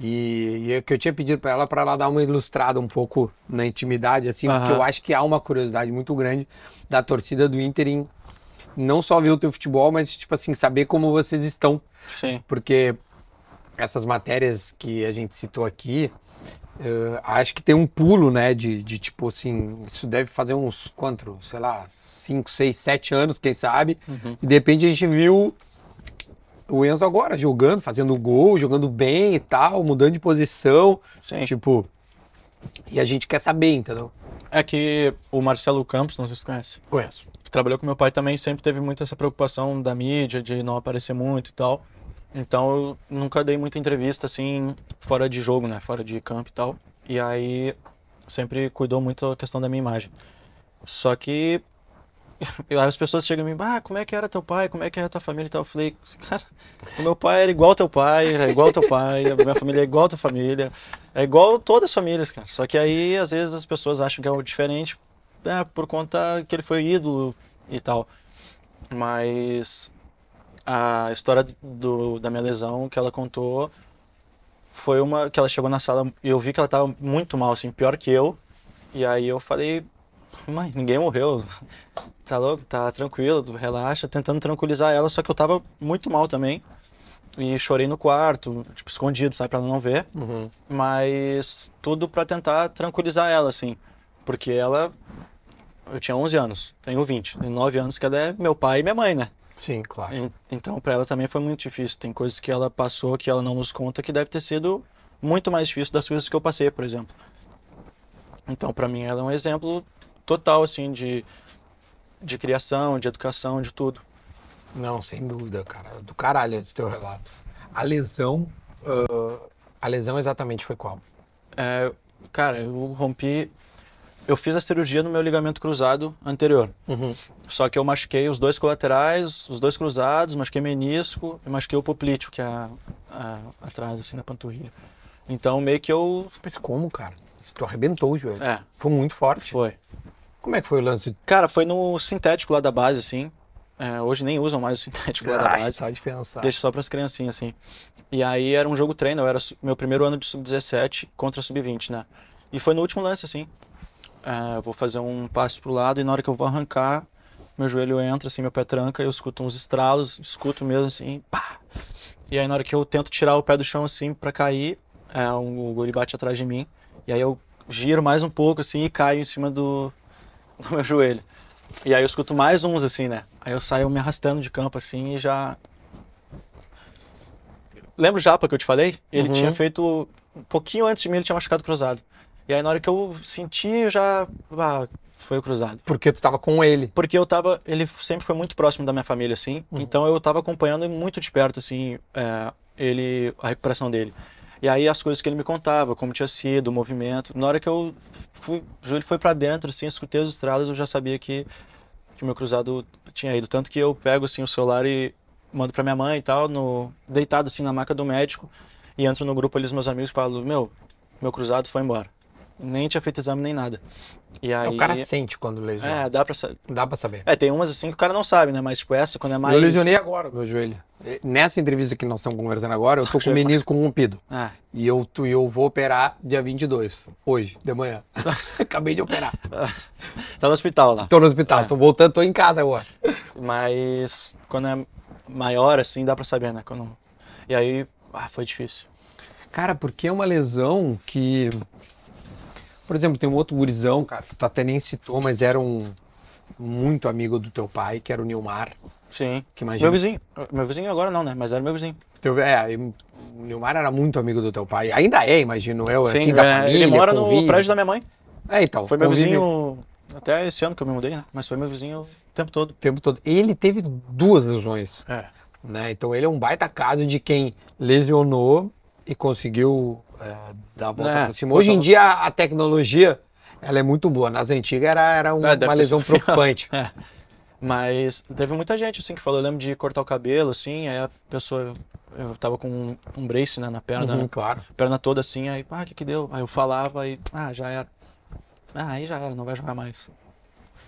S1: E, e é que eu tinha pedido para ela para ela dar uma ilustrada um pouco na intimidade, assim, porque eu acho que há uma curiosidade muito grande da torcida do Inter em não só ver o teu futebol, mas tipo assim, saber como vocês estão.
S2: Sim.
S1: Porque essas matérias que a gente citou aqui, eh, acho que tem um pulo, né? De, de, tipo assim, isso deve fazer uns quanto, sei lá, 5, 6, 7 anos, quem sabe. E de repente a gente viu o Enzo agora jogando, fazendo gol, jogando bem e tal, mudando de posição.
S2: Sim.
S1: Tipo. E a gente quer saber, entendeu?
S2: É que o Marcelo Campos, não sei se você conhece,
S1: Conheço.
S2: que trabalhou com meu pai também, sempre teve muito essa preocupação da mídia, de não aparecer muito e tal. Então eu nunca dei muita entrevista assim, fora de jogo, né? Fora de campo e tal. E aí sempre cuidou muito a questão da minha imagem. Só que eu- as pessoas chegam em mim, ah, como é que era teu pai? Como é que era tua família e tal? Eu falei, cara, o meu pai era igual teu pai, é igual teu pai, a minha família é igual tua família, é igual todas as famílias, cara. Só que aí às vezes as pessoas acham que é algo diferente é, por conta que ele foi ídolo e tal. Mas a história do, da minha lesão que ela contou foi uma que ela chegou na sala e eu vi que ela tava muito mal, assim, pior que eu. E aí eu falei, mãe, ninguém morreu. Tá louco? Tá tranquilo, relaxa, tentando tranquilizar ela, só que eu tava muito mal também. E chorei no quarto, tipo, escondido, sabe, pra ela não ver.
S1: Uhum.
S2: Mas tudo pra tentar tranquilizar ela, assim. Porque ela. Eu tinha 11 anos, tenho 20, tenho 9 anos que ela é meu pai e minha mãe, né?
S1: Sim, claro.
S2: En- Então, para ela também foi muito difícil. Tem coisas que ela passou que ela não nos conta que deve ter sido muito mais difícil das coisas que eu passei, por exemplo. Então, para mim, ela é um exemplo total, assim, de, de criação, de educação, de tudo.
S1: Não, sem dúvida, cara. Do caralho esse teu relato. A lesão. ah, a lesão exatamente foi qual?
S2: É, cara, eu rompi. Eu fiz a cirurgia no meu ligamento cruzado anterior. Só que eu machuquei os dois colaterais, os dois cruzados, machuquei menisco e machuquei o poplíteo, que é a- a- atrás, assim, na panturrilha. Então, meio que eu.
S1: Mas como, cara? Isso Tu arrebentou o joelho.
S2: É,
S1: Foi muito forte.
S2: foi.
S1: Como é que foi o lance?
S2: Cara, foi no sintético lá da base, assim. É, hoje nem usam mais o sintético lá da
S1: Ai,
S2: base.
S1: só de pensar.
S2: Deixa só pras criancinhas, assim. E aí era um jogo treino, eu era su- meu primeiro ano de sub-17 contra sub-20, né? E foi no último lance, assim. É, eu vou fazer um passo pro lado e na hora que eu vou arrancar, meu joelho entra, assim, meu pé tranca, eu escuto uns estralos, escuto mesmo, assim, pá. E aí na hora que eu tento tirar o pé do chão, assim, pra cair, é, um, o guri bate atrás de mim. E aí eu giro mais um pouco, assim, e caio em cima do, do meu joelho. E aí eu escuto mais uns, assim, né? Aí eu saio me arrastando de campo, assim, e já Lembra o Japa que eu te falei? Ele tinha feito. Um pouquinho antes de mim, ele tinha machucado o cruzado. E aí, na hora que eu senti, eu já. Ah, foi o cruzado.
S1: Porque tu tava com ele.
S2: Porque eu tava. Ele sempre foi muito próximo da minha família, assim.
S1: Uhum.
S2: Então eu tava acompanhando muito de perto, assim, é, ele. a recuperação dele. E aí as coisas que ele me contava, como tinha sido, o movimento. Na hora que eu fui. O joelho foi para dentro, assim, escutei os estradas, eu já sabia que. que o meu cruzado tinha ido. Tanto que eu pego, assim, o celular e mando pra minha mãe e tal, no, deitado, assim, na maca do médico. E entro no grupo ali dos meus amigos e falo: Meu, meu cruzado foi embora. Nem tinha feito exame nem nada. E aí.
S1: É O cara sente quando lesiona.
S2: é, dá pra, sa-
S1: Dá pra saber.
S2: é, tem umas assim que o cara não sabe, né? Mas tipo, essa, quando é mais.
S1: Eu lesionei agora o meu joelho. E Nessa entrevista que nós estamos conversando agora, eu tô com o menisco rompido.
S2: Ah,
S1: E eu, tu, e eu vou operar dia 22, hoje, de manhã. Acabei de operar.
S2: tá no hospital lá.
S1: Tô no hospital, tô voltando, tô em casa agora. Então-
S2: Mas quando é maior, assim, dá pra saber, né? Quando... E aí, ah, foi difícil.
S1: Cara, porque é uma lesão que. Por exemplo, tem um outro gurizão, cara, que tu até nem citou, mas era um muito amigo do teu pai, que era o Nilmar.
S2: Sim.
S1: Que imagina.
S2: Meu vizinho. Meu vizinho agora não, né? Mas era meu vizinho.
S1: Teu- é, e o Nilmar era muito amigo do teu pai. Ainda é, imagino eu, assim, da
S2: é,
S1: família.
S2: ele mora
S1: convive.
S2: no prédio da minha mãe.
S1: É, então.
S2: Foi meu
S1: convive
S2: vizinho até esse ano que eu me mudei, né? Mas foi meu vizinho o tempo todo.
S1: O tempo todo. Ele teve duas lesões,
S2: É.
S1: né? Então ele é um baita caso de quem lesionou e conseguiu é, dar a volta
S2: É,
S1: por cima. Hoje em
S2: volta-
S1: dia a tecnologia, ela é muito boa. Nas antigas era, era um-
S2: É, deve
S1: uma
S2: ter
S1: lesão
S2: sido pior.
S1: preocupante.
S2: É. Mas teve muita gente assim que falou, eu lembro de cortar o cabelo, assim, aí a pessoa. Eu tava com um, um brace né, na perna.
S1: Uhum, claro.
S2: perna toda assim, aí, ah, o que que deu? Aí eu falava e, ah, já era. Ah, aí já era, não vai jogar mais.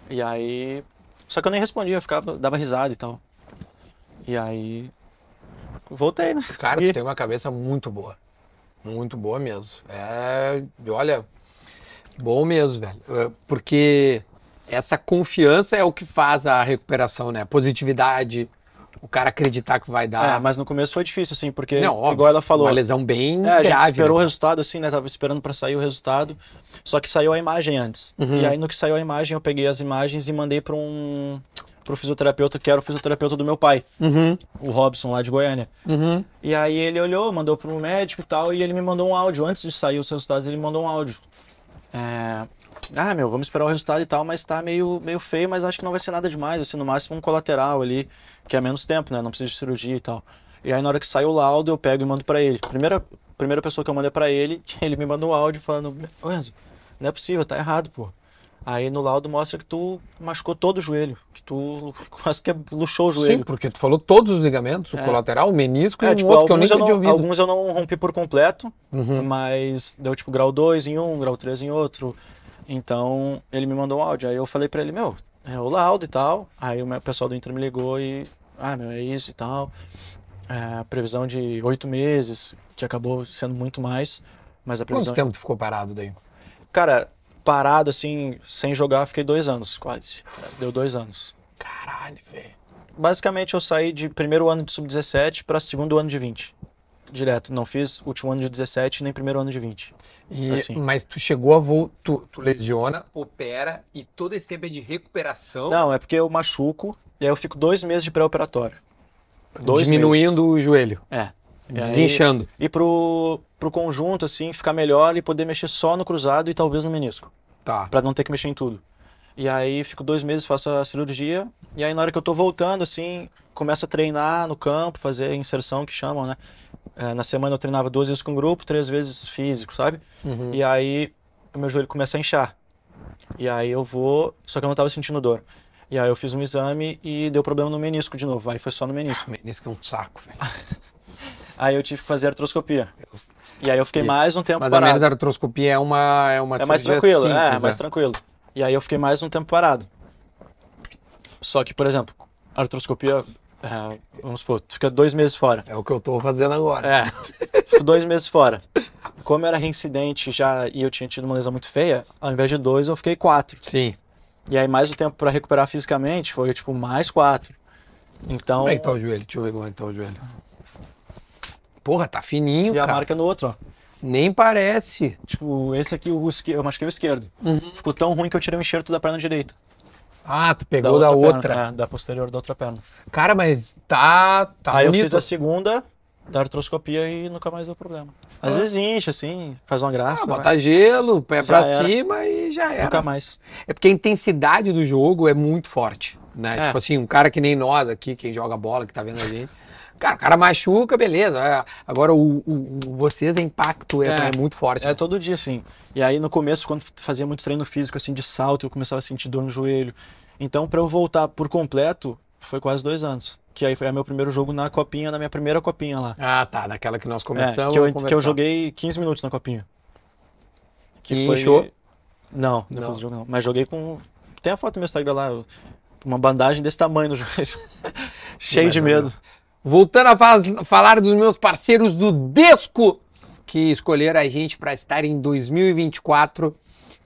S2: E aí. Só que eu nem respondia, eu ficava, dava risada e tal. E aí. Voltei, né?
S1: Cara,
S2: Consegui.
S1: tu tem uma cabeça muito boa. Muito boa mesmo. É, olha, bom mesmo, velho. É, Porque essa confiança é o que faz a recuperação, né? Positividade, o cara acreditar que vai
S2: É,
S1: dar.
S2: mas no começo foi difícil, assim, porque,
S1: Não, óbvio,
S2: igual ela falou,
S1: Uma lesão bem
S2: É, a gente
S1: grave.
S2: esperou o
S1: né?
S2: resultado, assim, né? Tava esperando pra sair o resultado. Só que saiu a imagem antes.
S1: Uhum.
S2: E aí, no que saiu a imagem, eu peguei as imagens e mandei pra um pro fisioterapeuta, que era o fisioterapeuta do meu pai,
S1: Uhum,
S2: o Robson, lá de Goiânia. E aí ele olhou, mandou pro médico e tal, e ele me mandou um áudio. Antes de sair os resultados, ele mandou um áudio. É, Ah, meu, vamos esperar o resultado e tal, mas tá meio, meio feio, mas acho que não vai ser nada demais, assim, no máximo um colateral ali, que é menos tempo, né? Não precisa de cirurgia e tal. E aí na hora que sai o laudo, eu pego e mando pra ele. Primeira, primeira pessoa que eu mandei pra ele, ele me manda um áudio falando, "Ô, Enzo, não é possível, tá errado, pô. Aí no laudo mostra que tu machucou todo o joelho, que tu quase que luxou o joelho.
S1: Sim, porque tu falou todos os ligamentos, o colateral, o menisco e
S2: É,
S1: um
S2: tipo,
S1: outro que eu nem Uhum.
S2: alguns, eu
S1: tinha
S2: não,
S1: ouvido.
S2: alguns eu não rompi por completo, mas deu tipo grau 2 em um, grau 3 em outro. Então ele me mandou um áudio. Aí eu falei pra ele, meu, é o laudo e tal. Aí o meu- o pessoal do Inter me ligou e, ah, meu, é isso e tal. É, previsão de oito meses, que acabou sendo muito mais. Mas a
S1: Quanto
S2: previsão.
S1: tempo tu ficou parado daí?
S2: Cara, parado assim, sem jogar, fiquei dois anos, quase. Deu dois anos.
S1: Caralho, velho.
S2: Basicamente, eu saí de primeiro ano de sub-17 para segundo ano de 20. Direto. Não fiz último ano de 17 nem primeiro ano de 20.
S1: E-
S2: Assim.
S1: Mas tu chegou a voltar, tu, tu lesiona, opera e todo esse tempo é de recuperação,
S2: Não, é porque eu machuco e aí eu fico dois meses de pré-operatório. Dois
S1: diminuindo o joelho,
S2: meses. É. E aí-
S1: desinchando.
S2: E pro, pro conjunto, assim, ficar melhor e poder mexer só no cruzado e talvez no menisco.
S1: Tá.
S2: Pra não ter que mexer em tudo. E aí fico dois meses, faço a cirurgia, e aí na hora que eu tô voltando, assim, começo a treinar no campo, fazer inserção que chamam, né? É, na semana eu treinava duas vezes com grupo, três vezes físico, sabe? E aí o meu joelho começa a inchar. E aí eu vou, só que eu não tava sentindo dor. E aí eu fiz um exame e deu problema no menisco de novo, aí foi só no menisco.
S1: Menisco é um saco, velho.
S2: Então, Aí eu tive que fazer artroscopia. E aí eu fiquei
S1: E-
S2: mais um tempo
S1: Mas a
S2: parado.
S1: menos artroscopia é uma é uma
S2: É mais
S1: cirurgia
S2: tranquilo, é,
S1: simples,
S2: é mais tranquilo. E aí eu fiquei mais um tempo parado. Só que, por exemplo, artroscopia, é, vamos supor, tu fica dois meses fora.
S1: É o que eu tô fazendo agora.
S2: É, fico dois meses fora. Como eu era reincidente já e eu tinha tido uma lesão muito feia, ao invés de dois, eu fiquei quatro.
S1: Sim.
S2: E aí mais o tempo pra recuperar fisicamente foi, tipo, mais quatro. Então,
S1: Como é que tá o joelho? Deixa eu ver como é que tá o joelho. Porra, tá fininho,
S2: e a
S1: cara.
S2: marca no outro, ó.
S1: Nem parece.
S2: Tipo, esse aqui, o esque- eu machuquei o esquerdo. Ficou tão ruim que eu tirei o enxerto da perna direita.
S1: Ah, tu pegou da outra.
S2: perna, é, da posterior da outra perna.
S1: Cara, mas tá, tá
S2: Aí eu
S1: bonito.
S2: fiz assim, a segunda da artroscopia e nunca mais deu problema. Às vezes enche, assim, faz uma graça.
S1: Ah,
S2: vai.
S1: botar gelo, pé
S2: Já
S1: pra
S2: era.
S1: cima e já era.
S2: Nunca mais.
S1: É porque a intensidade do jogo é muito forte, né?
S2: É.
S1: Tipo assim, um cara que nem nós aqui, quem joga bola, que tá vendo a gente. Cara, o cara machuca, beleza. É, Agora, o, o- o- vocês, o impacto é,
S2: É.
S1: é muito forte.
S2: É
S1: né?
S2: todo dia, assim. E aí no começo, quando fazia muito treino físico, assim, de salto, eu começava a sentir dor no joelho. Então, pra eu voltar por completo, foi quase dois anos. Que aí foi é meu primeiro jogo na copinha, na minha primeira copinha lá.
S1: Ah, tá. Daquela que nós
S2: É,
S1: começamos.
S2: que, eu,
S1: a
S2: que eu
S1: conversar.
S2: joguei 15 minutos na copinha.
S1: E inchou?
S2: Não, depois
S1: Não.
S2: do jogo não. Mas joguei com. Tem a foto no meu Instagram lá, eu- uma bandagem desse tamanho no joelho. Cheio de
S1: Mais ou
S2: medo.
S1: Voltando a fal- falar dos meus parceiros do Desco, que escolheram a gente para estar em 2024.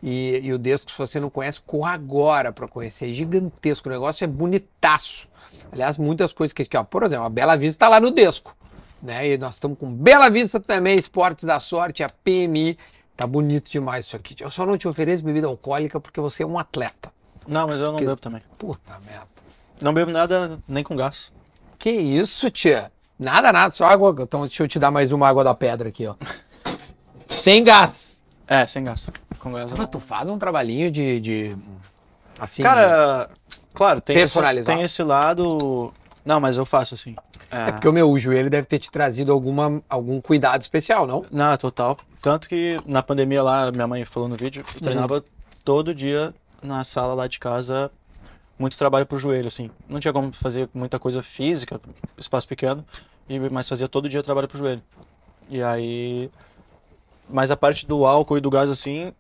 S1: E, e o Desco, se você não conhece, corra agora para conhecer. É gigantesco, o negócio é bonitaço. Aliás, muitas coisas que aqui, ó, por exemplo, a Bela Vista está lá no Desco. Né? E nós estamos com Bela Vista também, Esportes da Sorte, a PMI. Tá bonito demais isso aqui. Eu só não te ofereço bebida alcoólica porque você é um atleta.
S2: Não, mas eu não
S1: Que-
S2: bebo também.
S1: Puta merda.
S2: Não bebo nada nem com gás.
S1: Que isso, tia? Nada, nada, só água. Então deixa eu te dar mais uma água da pedra aqui, ó. Sem gás.
S2: É, sem gás. Com gás. eu
S1: Mas
S2: não.
S1: tu faz um trabalhinho de. de- assim. de-
S2: Cara, claro, tem esse,
S1: Personalizar.
S2: tem esse lado. Não, mas eu faço assim.
S1: É porque o meu joelho deve ter te trazido alguma, algum cuidado especial, não?
S2: Não, total. Tanto que na pandemia lá, minha mãe falou no vídeo, eu treinava todo dia na sala lá de casa, muito trabalho pro joelho, assim. Não tinha como fazer muita coisa física, espaço pequeno, e mas fazia todo dia trabalho pro joelho. E aí. Mas a parte do álcool e do gás, assim,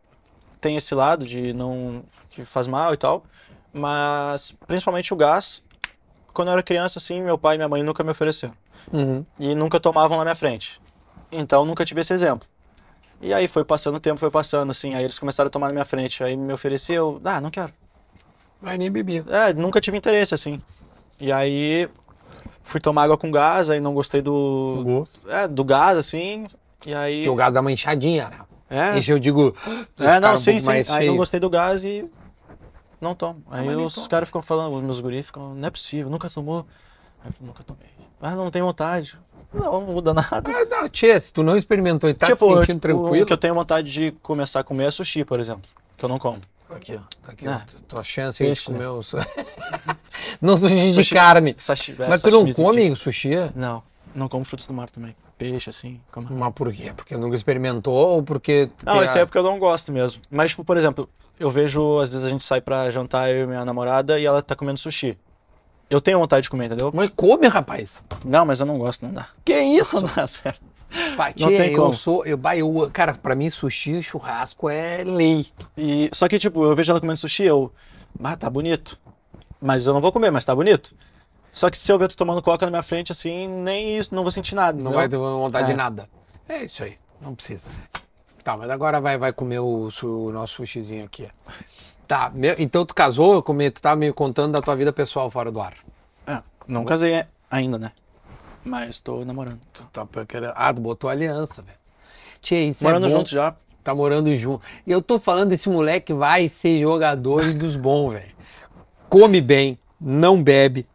S2: tem esse lado de não. que faz mal e tal. Mas principalmente o gás, Uhum. quando eu era criança, assim, meu pai e minha mãe nunca me ofereceram. E nunca tomavam na minha frente. Então nunca tive esse exemplo. E aí foi passando o tempo, foi passando, assim. Aí eles começaram a tomar na minha frente. Aí me ofereceu, ah, não quero.
S1: Mas nem bebia.
S2: É, nunca tive interesse, assim. E aí fui tomar água com gás, aí não gostei do.
S1: gosto.
S2: É, do gás, assim. E aí.
S1: Porque o gado dá uma inchadinha, né?
S2: É,
S1: Isso eu digo. um
S2: é não,
S1: sei
S2: sim, sim. Aí não gostei do gás e. Não tomo. Aí os caras ficam falando, os meus guris ficam, não é possível, nunca tomou. Aí eu, nunca tomei. Ah, não tem vontade. Não, não muda nada.
S1: Ah, Não, tchê, se tu não experimentou e tá
S2: tipo,
S1: se
S2: eu-
S1: sentindo tranquilo.
S2: o que eu tenho vontade de começar a comer é sushi, por exemplo. Que eu não como.
S1: Aqui, ó. Tá aqui,
S2: Ah.
S1: ó. Tua chance aí de
S2: Peixe, né?
S1: comer o su- Não sushi de
S2: Sushi-
S1: carne.
S2: Sashi, é,
S1: Mas tu não
S2: sashimizinho
S1: come
S2: de-
S1: sushi? é?
S2: Não, não como frutos do mar também. Peixe, assim, como...
S1: Mas por quê? Porque nunca experimentou ou porque.
S2: Não,
S1: tem
S2: isso
S1: a-
S2: aí é porque eu não gosto mesmo. Mas, tipo, por exemplo, eu vejo, às vezes a gente sai pra jantar, eu e minha namorada, e ela tá comendo sushi. Eu tenho vontade de comer, entendeu?
S1: Mas come, rapaz.
S2: Não, mas eu não gosto, não dá.
S1: Que isso?
S2: Não dá, sério.
S1: Pai,
S2: Não
S1: tchê,
S2: tem
S1: eu
S2: como.
S1: sou. Eu, bah, eu- cara, pra mim, sushi e churrasco é lei.
S2: E, só que, tipo, eu vejo ela comendo sushi, eu. Ah, tá bonito. Mas eu não vou comer, mas tá bonito. Só que se eu ver tu tomando coca na minha frente, assim, nem isso, não vou sentir nada.
S1: Não
S2: entendeu?
S1: vai ter vontade de
S2: É.
S1: nada. É isso aí. Não precisa. Tá, mas agora vai, vai comer o, su- o nosso sushizinho aqui. ó. Tá, meu- então tu casou, como tu tava me contando da tua vida pessoal fora do ar.
S2: É, não casei ainda, né? Mas tô namorando.
S1: Tu tá querendo- Ah, tu botou aliança, velho. Tia, isso
S2: Morando
S1: é bom.
S2: junto já.
S1: Tá morando junto. E eu tô falando, esse moleque vai ser jogador e dos bons, velho. Come bem, não bebe,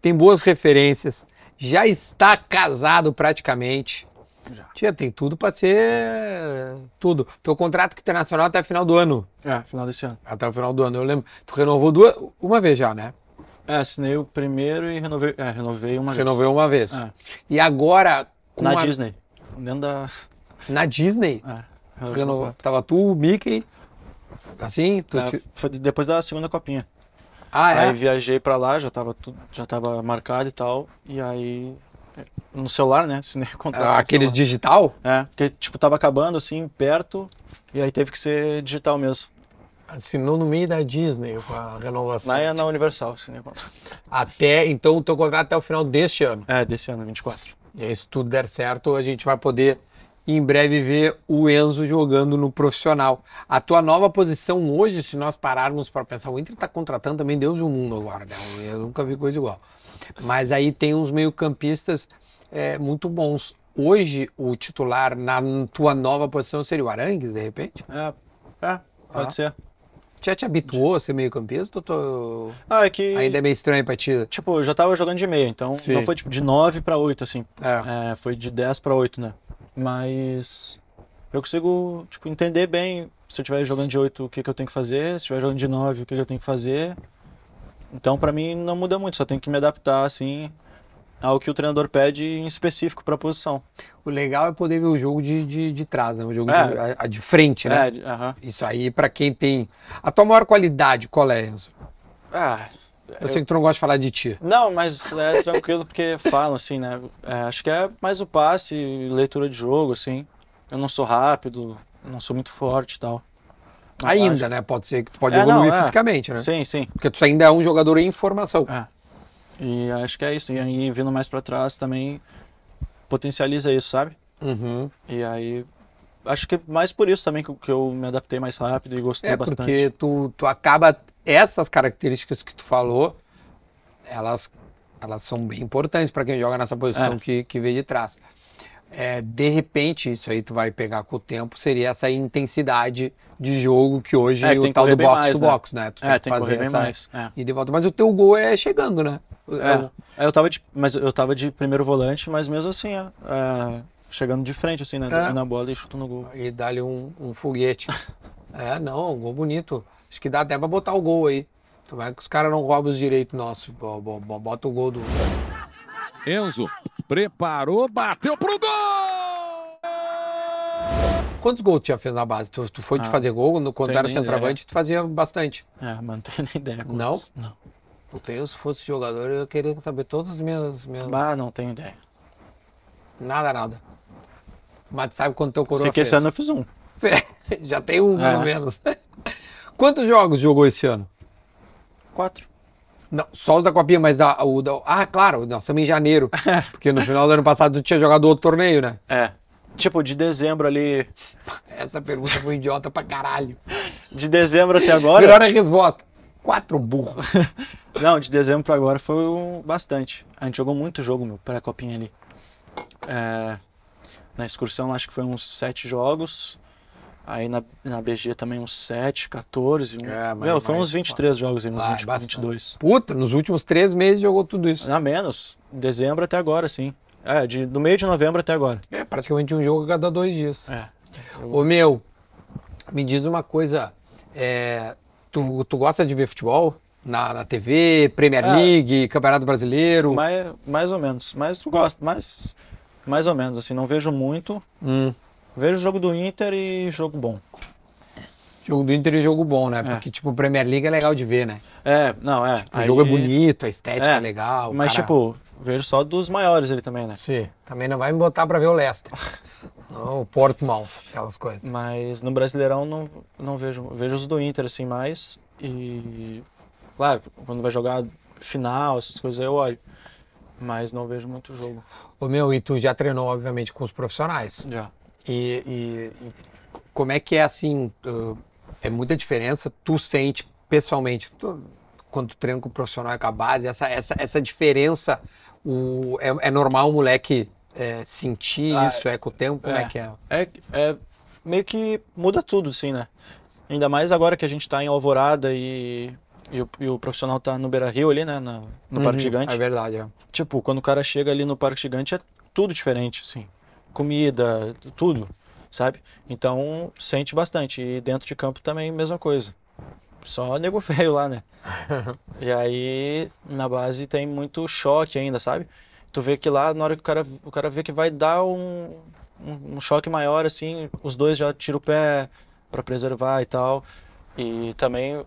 S1: tem boas referências, já está casado praticamente. Tia, tem tudo pra ser tudo. Teu contrato internacional até final do ano.
S2: É, final desse ano.
S1: Até o final do ano, eu lembro. Tu renovou duas, uma vez já, né?
S2: É, assinei o primeiro e renovei. É, renovei uma vez.
S1: Renovou uma vez.
S2: É.
S1: E agora, com
S2: Na
S1: a-
S2: Disney. Dentro da.
S1: na Disney,
S2: É,
S1: tu
S2: renovei o
S1: renovou.
S2: contrato.
S1: Tava tu, o Mickey, assim, tu...
S2: É,
S1: te-
S2: foi depois da segunda copinha.
S1: Ah, é?
S2: Aí viajei pra lá, já tava tudo, já tava marcado e tal. E aí. é, No celular, né? Assinei o contrato.
S1: Ah,
S2: no
S1: Aqueles
S2: celular.
S1: digital?
S2: É, porque, tipo, tava acabando, assim, perto, e aí teve que ser digital mesmo.
S1: Assinou no meio da Disney com a renovação.
S2: Lá é na Universal, assim, né?
S1: Até, então, o teu contrato até o final deste ano.
S2: É, desse ano, 24.
S1: E aí, se tudo der certo, a gente vai poder, em breve, ver o Enzo jogando no profissional. A tua nova posição hoje, se nós pararmos para pensar, o Inter tá contratando também Deus e o mundo agora, né? Eu nunca vi coisa igual. Mas aí tem uns meio-campistas é, muito bons. Hoje, o titular na tua nova posição seria o Arangues, de repente?
S2: É, é, pode
S1: Ah.
S2: ser.
S1: Já te habituou a ser meio-campista? ou tu-
S2: Ah, é que,
S1: Ainda é meio estranho pra ti?
S2: tipo, eu já tava jogando de meia, então
S1: Sim.
S2: não foi, tipo, de 9 pra 8, assim.
S1: É.
S2: É, foi de 10 pra 8, né? Mas eu consigo, tipo, entender bem se eu estiver jogando de 8, o que que eu tenho que fazer, se estiver jogando de 9, o que que eu tenho que fazer. Então, pra mim, não muda muito, só tenho que me adaptar, assim, ao que o treinador pede em específico pra posição.
S1: O legal é poder ver o jogo de, de, de trás, né? O jogo
S2: É.
S1: de, a, a de frente, né?
S2: É, de- aham.
S1: Isso aí, pra quem tem. A tua maior qualidade, qual é, Enzo?
S2: Ah,
S1: Eu, sei que tu não gosta de falar de ti.
S2: não, mas é tranquilo porque falam assim, né? É, acho que é mais o passe e leitura de jogo, assim. Eu não sou rápido, não sou muito forte e tal. Não
S1: ainda,
S2: acho.
S1: né? Pode ser que tu pode
S2: É,
S1: evoluir
S2: não, é.
S1: fisicamente, né?
S2: Sim, sim.
S1: Porque tu ainda é um jogador em formação.
S2: É. E acho que é isso. E aí, vindo mais pra trás também potencializa isso, sabe?
S1: Uhum.
S2: E aí, acho que mais por isso também que eu- que eu me adaptei mais rápido e gostei
S1: É
S2: bastante.
S1: porque tu, tu acaba. Essas características que tu falou, elas, elas são bem importantes pra quem joga nessa posição
S2: É.
S1: que, que veio de trás. É, de repente, isso aí tu vai pegar com o tempo, seria essa intensidade de jogo que hoje
S2: É, que tem
S1: o
S2: que
S1: tal do
S2: correr bem
S1: box
S2: mais,
S1: to
S2: né?
S1: box, né? Tu
S2: É, tem que correr bem
S1: essa
S2: mais, é.
S1: ida e de volta. Mas o teu gol é chegando, né?
S2: É, eu tava de, mas eu tava de primeiro volante, mas mesmo assim, é, é, chegando de frente, assim, né,
S1: É.
S2: na bola e chuto no gol.
S1: E dá-lhe um, um foguete. é, não, um gol bonito. Acho que dá até pra botar o gol aí. Tomara que os caras não roubam os direitos nossos. Bo- bo- bo- Bota o gol do.
S6: Enzo preparou, bateu pro gol!
S1: Quantos gols tu já fez na base? Tu, tu foi de fazer gol no- quando
S2: tenho
S1: era
S2: Ah, nem
S1: centroavante, tu fazia bastante.
S2: É, mas não tenho nem ideia.
S1: Não?
S2: quantos. Não.
S1: Eu tenho, se fosse jogador, eu queria saber todos os meus. meus...
S2: Bah, Ah, não tenho ideia.
S1: Nada, nada. Mas tu sabe quanto teu coroa
S2: Sei que
S1: fez?
S2: esse ano eu fiz um.
S1: já tem um, pelo
S2: É.
S1: menos. Quantos jogos jogou esse ano?
S2: Quatro.
S1: Não, só os da Copinha, mas da, o da. Ah, claro, nós estamos em janeiro. porque no final do ano passado tu tinha jogado outro torneio, né?
S2: É. Tipo, de dezembro ali.
S1: Essa pergunta foi idiota pra caralho.
S2: De dezembro até agora.
S1: Melhor a resposta. Quatro burros.
S2: Não, de dezembro pra agora foi um- bastante. A gente jogou muito jogo, meu, pra copinha ali. É, na excursão acho que foi uns sete jogos. Aí na, na BG também uns 7, 14. Um...
S1: É, mas-
S2: meu, foi
S1: mas-
S2: uns 23 jogos aí, uns
S1: Ah, é
S2: 20,
S1: bastante.
S2: 22.
S1: Puta, nos últimos três meses jogou tudo isso.
S2: A Ah, menos. Dezembro até agora, sim. É, de, do meio de novembro até agora.
S1: É praticamente um jogo a cada dois dias.
S2: É.
S1: Ô meu, me diz uma coisa. é, tu, tu gosta de ver futebol? Na, na TV, Premier
S2: Ah.
S1: League, Campeonato Brasileiro?
S2: Mais, mais ou menos. Mas eu gosto, mas mais ou menos, assim, não vejo muito.
S1: Hum.
S2: Vejo jogo do Inter e jogo bom.
S1: Jogo do Inter e jogo bom, né?
S2: É.
S1: Porque, tipo, Premier League é legal de ver, né?
S2: É, não, é.
S1: O jogo é
S2: aí-
S1: bonito, a estética é,
S2: é,
S1: legal. o
S2: Mas,
S1: cara-
S2: tipo, vejo só dos maiores ali também, né?
S1: Sim, também não vai me botar pra ver o Leicester. não, o Portmouth, aquelas coisas.
S2: Mas no Brasileirão não, não vejo. Vejo os do Inter, assim, mais. E. Claro, quando vai jogar final, essas coisas aí eu olho. Mas não vejo muito jogo.
S1: Ô meu, e tu já treinou, obviamente, com os profissionais.
S2: Já.
S1: E, e- e c- como é que é assim? uh, é muita diferença? Tu sente pessoalmente, tu- quando tu treina com o profissional e com a base, essa, essa, essa diferença, o, é, é normal o moleque é, sentir
S2: Ah,
S1: isso? É com o tempo? Como é que é?
S2: É, é meio que muda tudo, assim, né? Ainda mais agora que a gente tá em Alvorada e, e, o, e o profissional tá no Beira Rio ali, né? na- no Parque Gigante.
S1: É verdade, é.
S2: Tipo, quando o cara chega ali no Parque Gigante é tudo diferente, assim. Comida, tudo, sabe? Então sente bastante. E dentro de campo também mesma coisa. Só nego feio lá, né? E aí na base tem muito choque ainda, sabe? Tu vê que lá, na hora que o cara, o cara vê que vai dar um, um, um choque maior, assim, os dois já tiram o pé pra preservar e tal. E também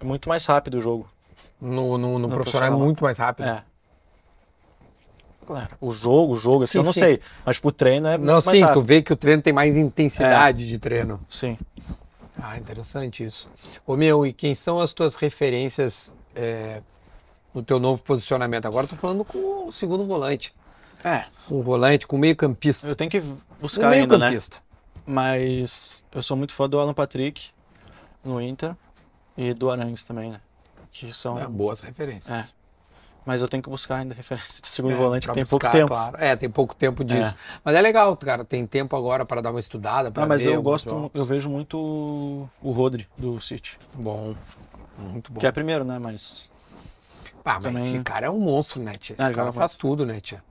S2: é muito mais rápido o jogo.
S1: No, no, no profissional, é
S2: profissional.
S1: muito mais rápido.
S2: É. Claro. O jogo, o jogo, assim,
S1: Sim,
S2: eu não
S1: sim.
S2: sei. Mas É. pro treino é
S1: Não,
S2: muito mais
S1: sim, tu
S2: rápido.
S1: vê que o treino tem mais intensidade de treino.
S2: Sim.
S1: Ah, interessante isso. Ô meu, e quem são as tuas referências é, no teu novo posicionamento? Agora eu tô falando com o segundo volante.
S2: É.
S1: Com o volante, com o meio-campista.
S2: Eu tenho que
S1: Um
S2: buscar ainda, né?
S1: meio-campista.
S2: Mas eu sou muito fã do Alan Patrick no Inter e do Arangues também, né? Que são.
S1: É, boas referências. É,
S2: É. Mas eu tenho que buscar ainda referência de segundo volante,
S1: pra
S2: que tem
S1: buscar,
S2: pouco tempo.
S1: Claro. É, tem pouco tempo disso. Mas é legal, cara. Tem tempo agora para dar uma estudada, para
S2: Ah, mas
S1: ver
S2: eu
S1: alguns
S2: gosto,
S1: jogos.
S2: eu vejo muito o- o Rodri do City.
S1: Bom, muito bom.
S2: Que é primeiro, né? Mas.
S1: Ah, mas
S2: também-
S1: esse cara é um monstro, né, tia? Esse
S2: Ah,
S1: cara
S2: joga
S1: faz tudo, né, tia?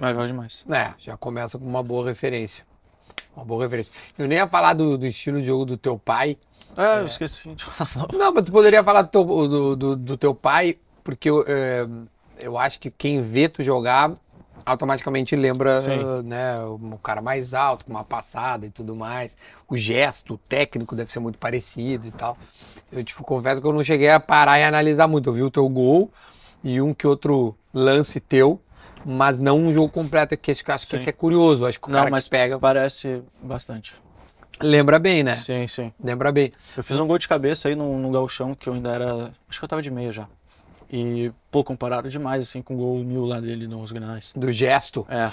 S2: Mas joga demais.
S1: É, já começa com uma boa referência. Uma boa referência. Eu nem ia falar do, do estilo de jogo do teu pai.
S2: Ah, eu esqueci de falar.
S1: Não, mas tu poderia falar do teu, do, do- do teu pai, porque eu, é, eu acho que quem vê tu jogar automaticamente lembra
S2: Sim.
S1: né, o cara mais alto, com uma passada e tudo mais. O gesto, o técnico deve ser muito parecido e tal. Eu te confesso que eu não cheguei a parar e analisar muito. Eu vi o teu gol e um que outro lance teu, mas não um jogo completo, que esse- acho que
S2: Sim.
S1: esse é curioso. Acho que o cara
S2: Não, mas
S1: que pega
S2: Parece bastante.
S1: lembra bem, né?
S2: Sim, sim.
S1: Lembra bem.
S2: Eu fiz um gol de cabeça aí no, no gauchão, que eu ainda era... Acho que eu tava de meia já. E, pô, compararam demais, assim, com o gol mil lá dele nos Grenais.
S1: Do gesto.
S2: É,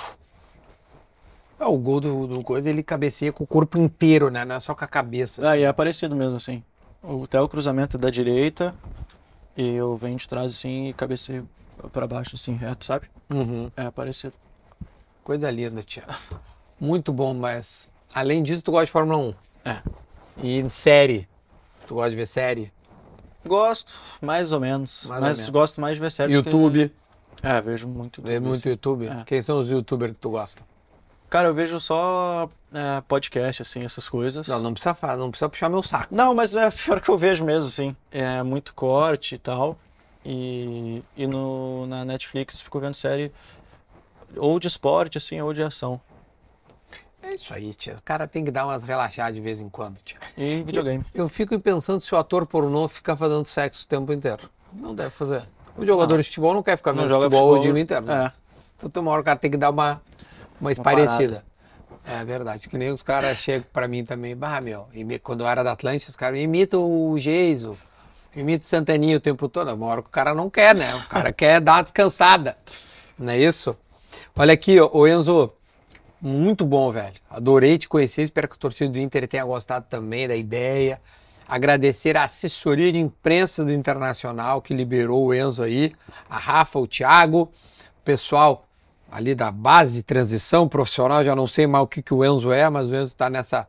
S1: Ah, o gol do, do Coisa, ele cabeceia com o corpo inteiro, né? Não é só com a cabeça.
S2: ah, e é parecido mesmo, assim. O- Até o cruzamento é da direita, e eu venho de trás, assim, e cabeceio pra baixo, assim, reto, sabe?
S1: assim. Uhum.
S2: É parecido.
S1: Coisa linda, tia. Muito bom, mas... Além disso, tu gosta de Fórmula 1.
S2: É.
S1: E em série. Tu gosta de ver série?
S2: Gosto, mais ou menos.
S1: Mais ou
S2: mas
S1: menos.
S2: gosto mais de ver série. porque-
S1: YouTube.
S2: É, vejo muito.
S1: Vê
S2: tudo
S1: muito
S2: isso.
S1: YouTube?
S2: É.
S1: Quem são os YouTubers que tu gosta?
S2: Cara, eu vejo só é, podcast, assim, essas coisas.
S1: Não, não precisa falar, não precisa puxar meu saco.
S2: Não, mas é pior que eu vejo mesmo, assim. É muito corte e tal. E, e no, na Netflix fico vendo série ou de esporte, assim, ou de ação.
S1: É isso aí, tia. O cara tem que dar umas relaxadas de vez em quando, tia.
S2: E videogame.
S1: Eu fico pensando se o ator pornô fica fazendo sexo o tempo inteiro. Não deve fazer. O jogador de futebol não quer ficar vendo futebol, o dia inteiro. né?
S2: É.
S1: Então tem uma hora que ela tem que dar uma, uma esparecida. É verdade, que nem os caras chegam pra mim também, bah, meu, imi- quando eu era da Atlântida, os caras imitam o Geiso, imitam o Santaninho o tempo todo. Uma hora que o cara não quer, né? O cara quer dar uma descansada. Não é isso? Olha aqui, ô ô Enzo, Muito bom, velho. Adorei te conhecer. Espero que o torcedor do Inter tenha gostado também da ideia. Agradecer a assessoria de imprensa do Internacional que liberou o Enzo aí, a Rafa, o Thiago, o pessoal ali da base de transição profissional. Já não sei mais o que, que o Enzo é, mas o Enzo tá nessa.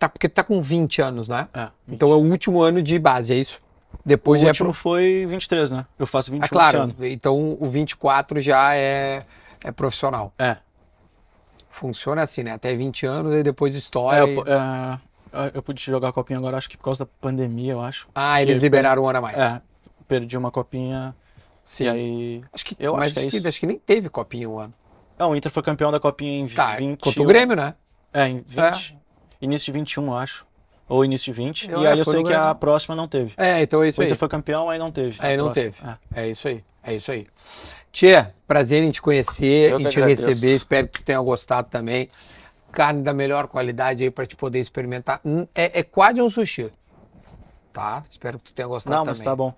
S1: Tá, porque tá com 20 anos, né?
S2: É,
S1: Então é o último ano de base, é isso?
S2: O
S1: Depois já é pro
S2: último foi 23, né? Eu faço 21
S1: Ah,
S2: esse
S1: claro.
S2: ano.
S1: Então o 24 já é, é profissional.
S2: É.
S1: Funciona assim, né? Até 20 anos e depois
S2: É,
S1: história.
S2: eu, po- é, eu pude jogar a copinha agora, acho que por causa da pandemia, eu acho.
S1: Ah, eles
S2: que-
S1: liberaram um ano a mais.
S2: É, perdi uma copinha.
S1: Sim.
S2: E aí.
S1: Acho que,
S2: Eu
S1: mas
S2: acho que é isso.
S1: acho que nem teve copinha um ano.
S2: Ah, o Inter foi campeão da copinha em um.
S1: Tá,
S2: 20.
S1: contra o Grêmio, né?
S2: É, em 20. Início de 21, eu acho. Ou início de 20.
S1: Eu-
S2: e
S1: é,
S2: aí eu
S1: foi
S2: sei
S1: no
S2: que a
S1: Grêmio.
S2: próxima não teve.
S1: É, então é isso
S2: o
S1: aí.
S2: Inter foi campeão, aí não teve.
S1: Aí
S2: A
S1: não
S2: próxima.
S1: teve.
S2: É.
S1: É. isso aí. É isso aí. Tchê, prazer em te conhecer
S2: Eu
S1: e
S2: que
S1: te
S2: agradeço.
S1: receber. Espero que tu tenha gostado também. Carne da melhor qualidade aí pra te poder experimentar. Hum, É, é quase um sushi. Tá? Espero que tu tenha gostado
S2: Não,
S1: também.
S2: mas tá bom.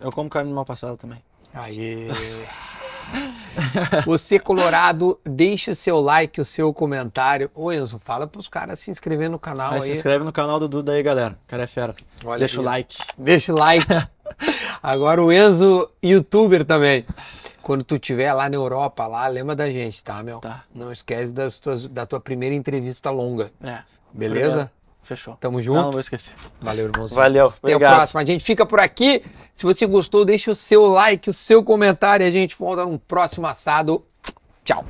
S2: Eu como carne mal passada também.
S1: Aê! Você, Colorado, deixe o seu like, o seu comentário. Ô Enzo, fala pros caras se inscrever no canal Ah, aí.
S2: aí se inscreve no canal do Duda aí, galera. O cara é fera.
S1: Olha
S2: Deixa
S1: aí.
S2: o like.
S1: Deixa o like. Agora o Enzo, youtuber também. Quando tu estiver lá na Europa, lá, lembra da gente, tá, meu?
S2: Tá.
S1: Não esquece das tuas- da tua primeira entrevista longa.
S2: É.
S1: Beleza?
S2: Obrigado. Fechou.
S1: Tamo
S2: Não, não
S1: junto.
S2: vou esquecer.
S1: Valeu, irmãozinho.
S2: Valeu.
S1: Até a
S2: Obrigado.
S1: próxima. A gente fica por aqui. Se você gostou, deixa o seu like, o seu comentário. e A gente volta num próximo assado. Tchau.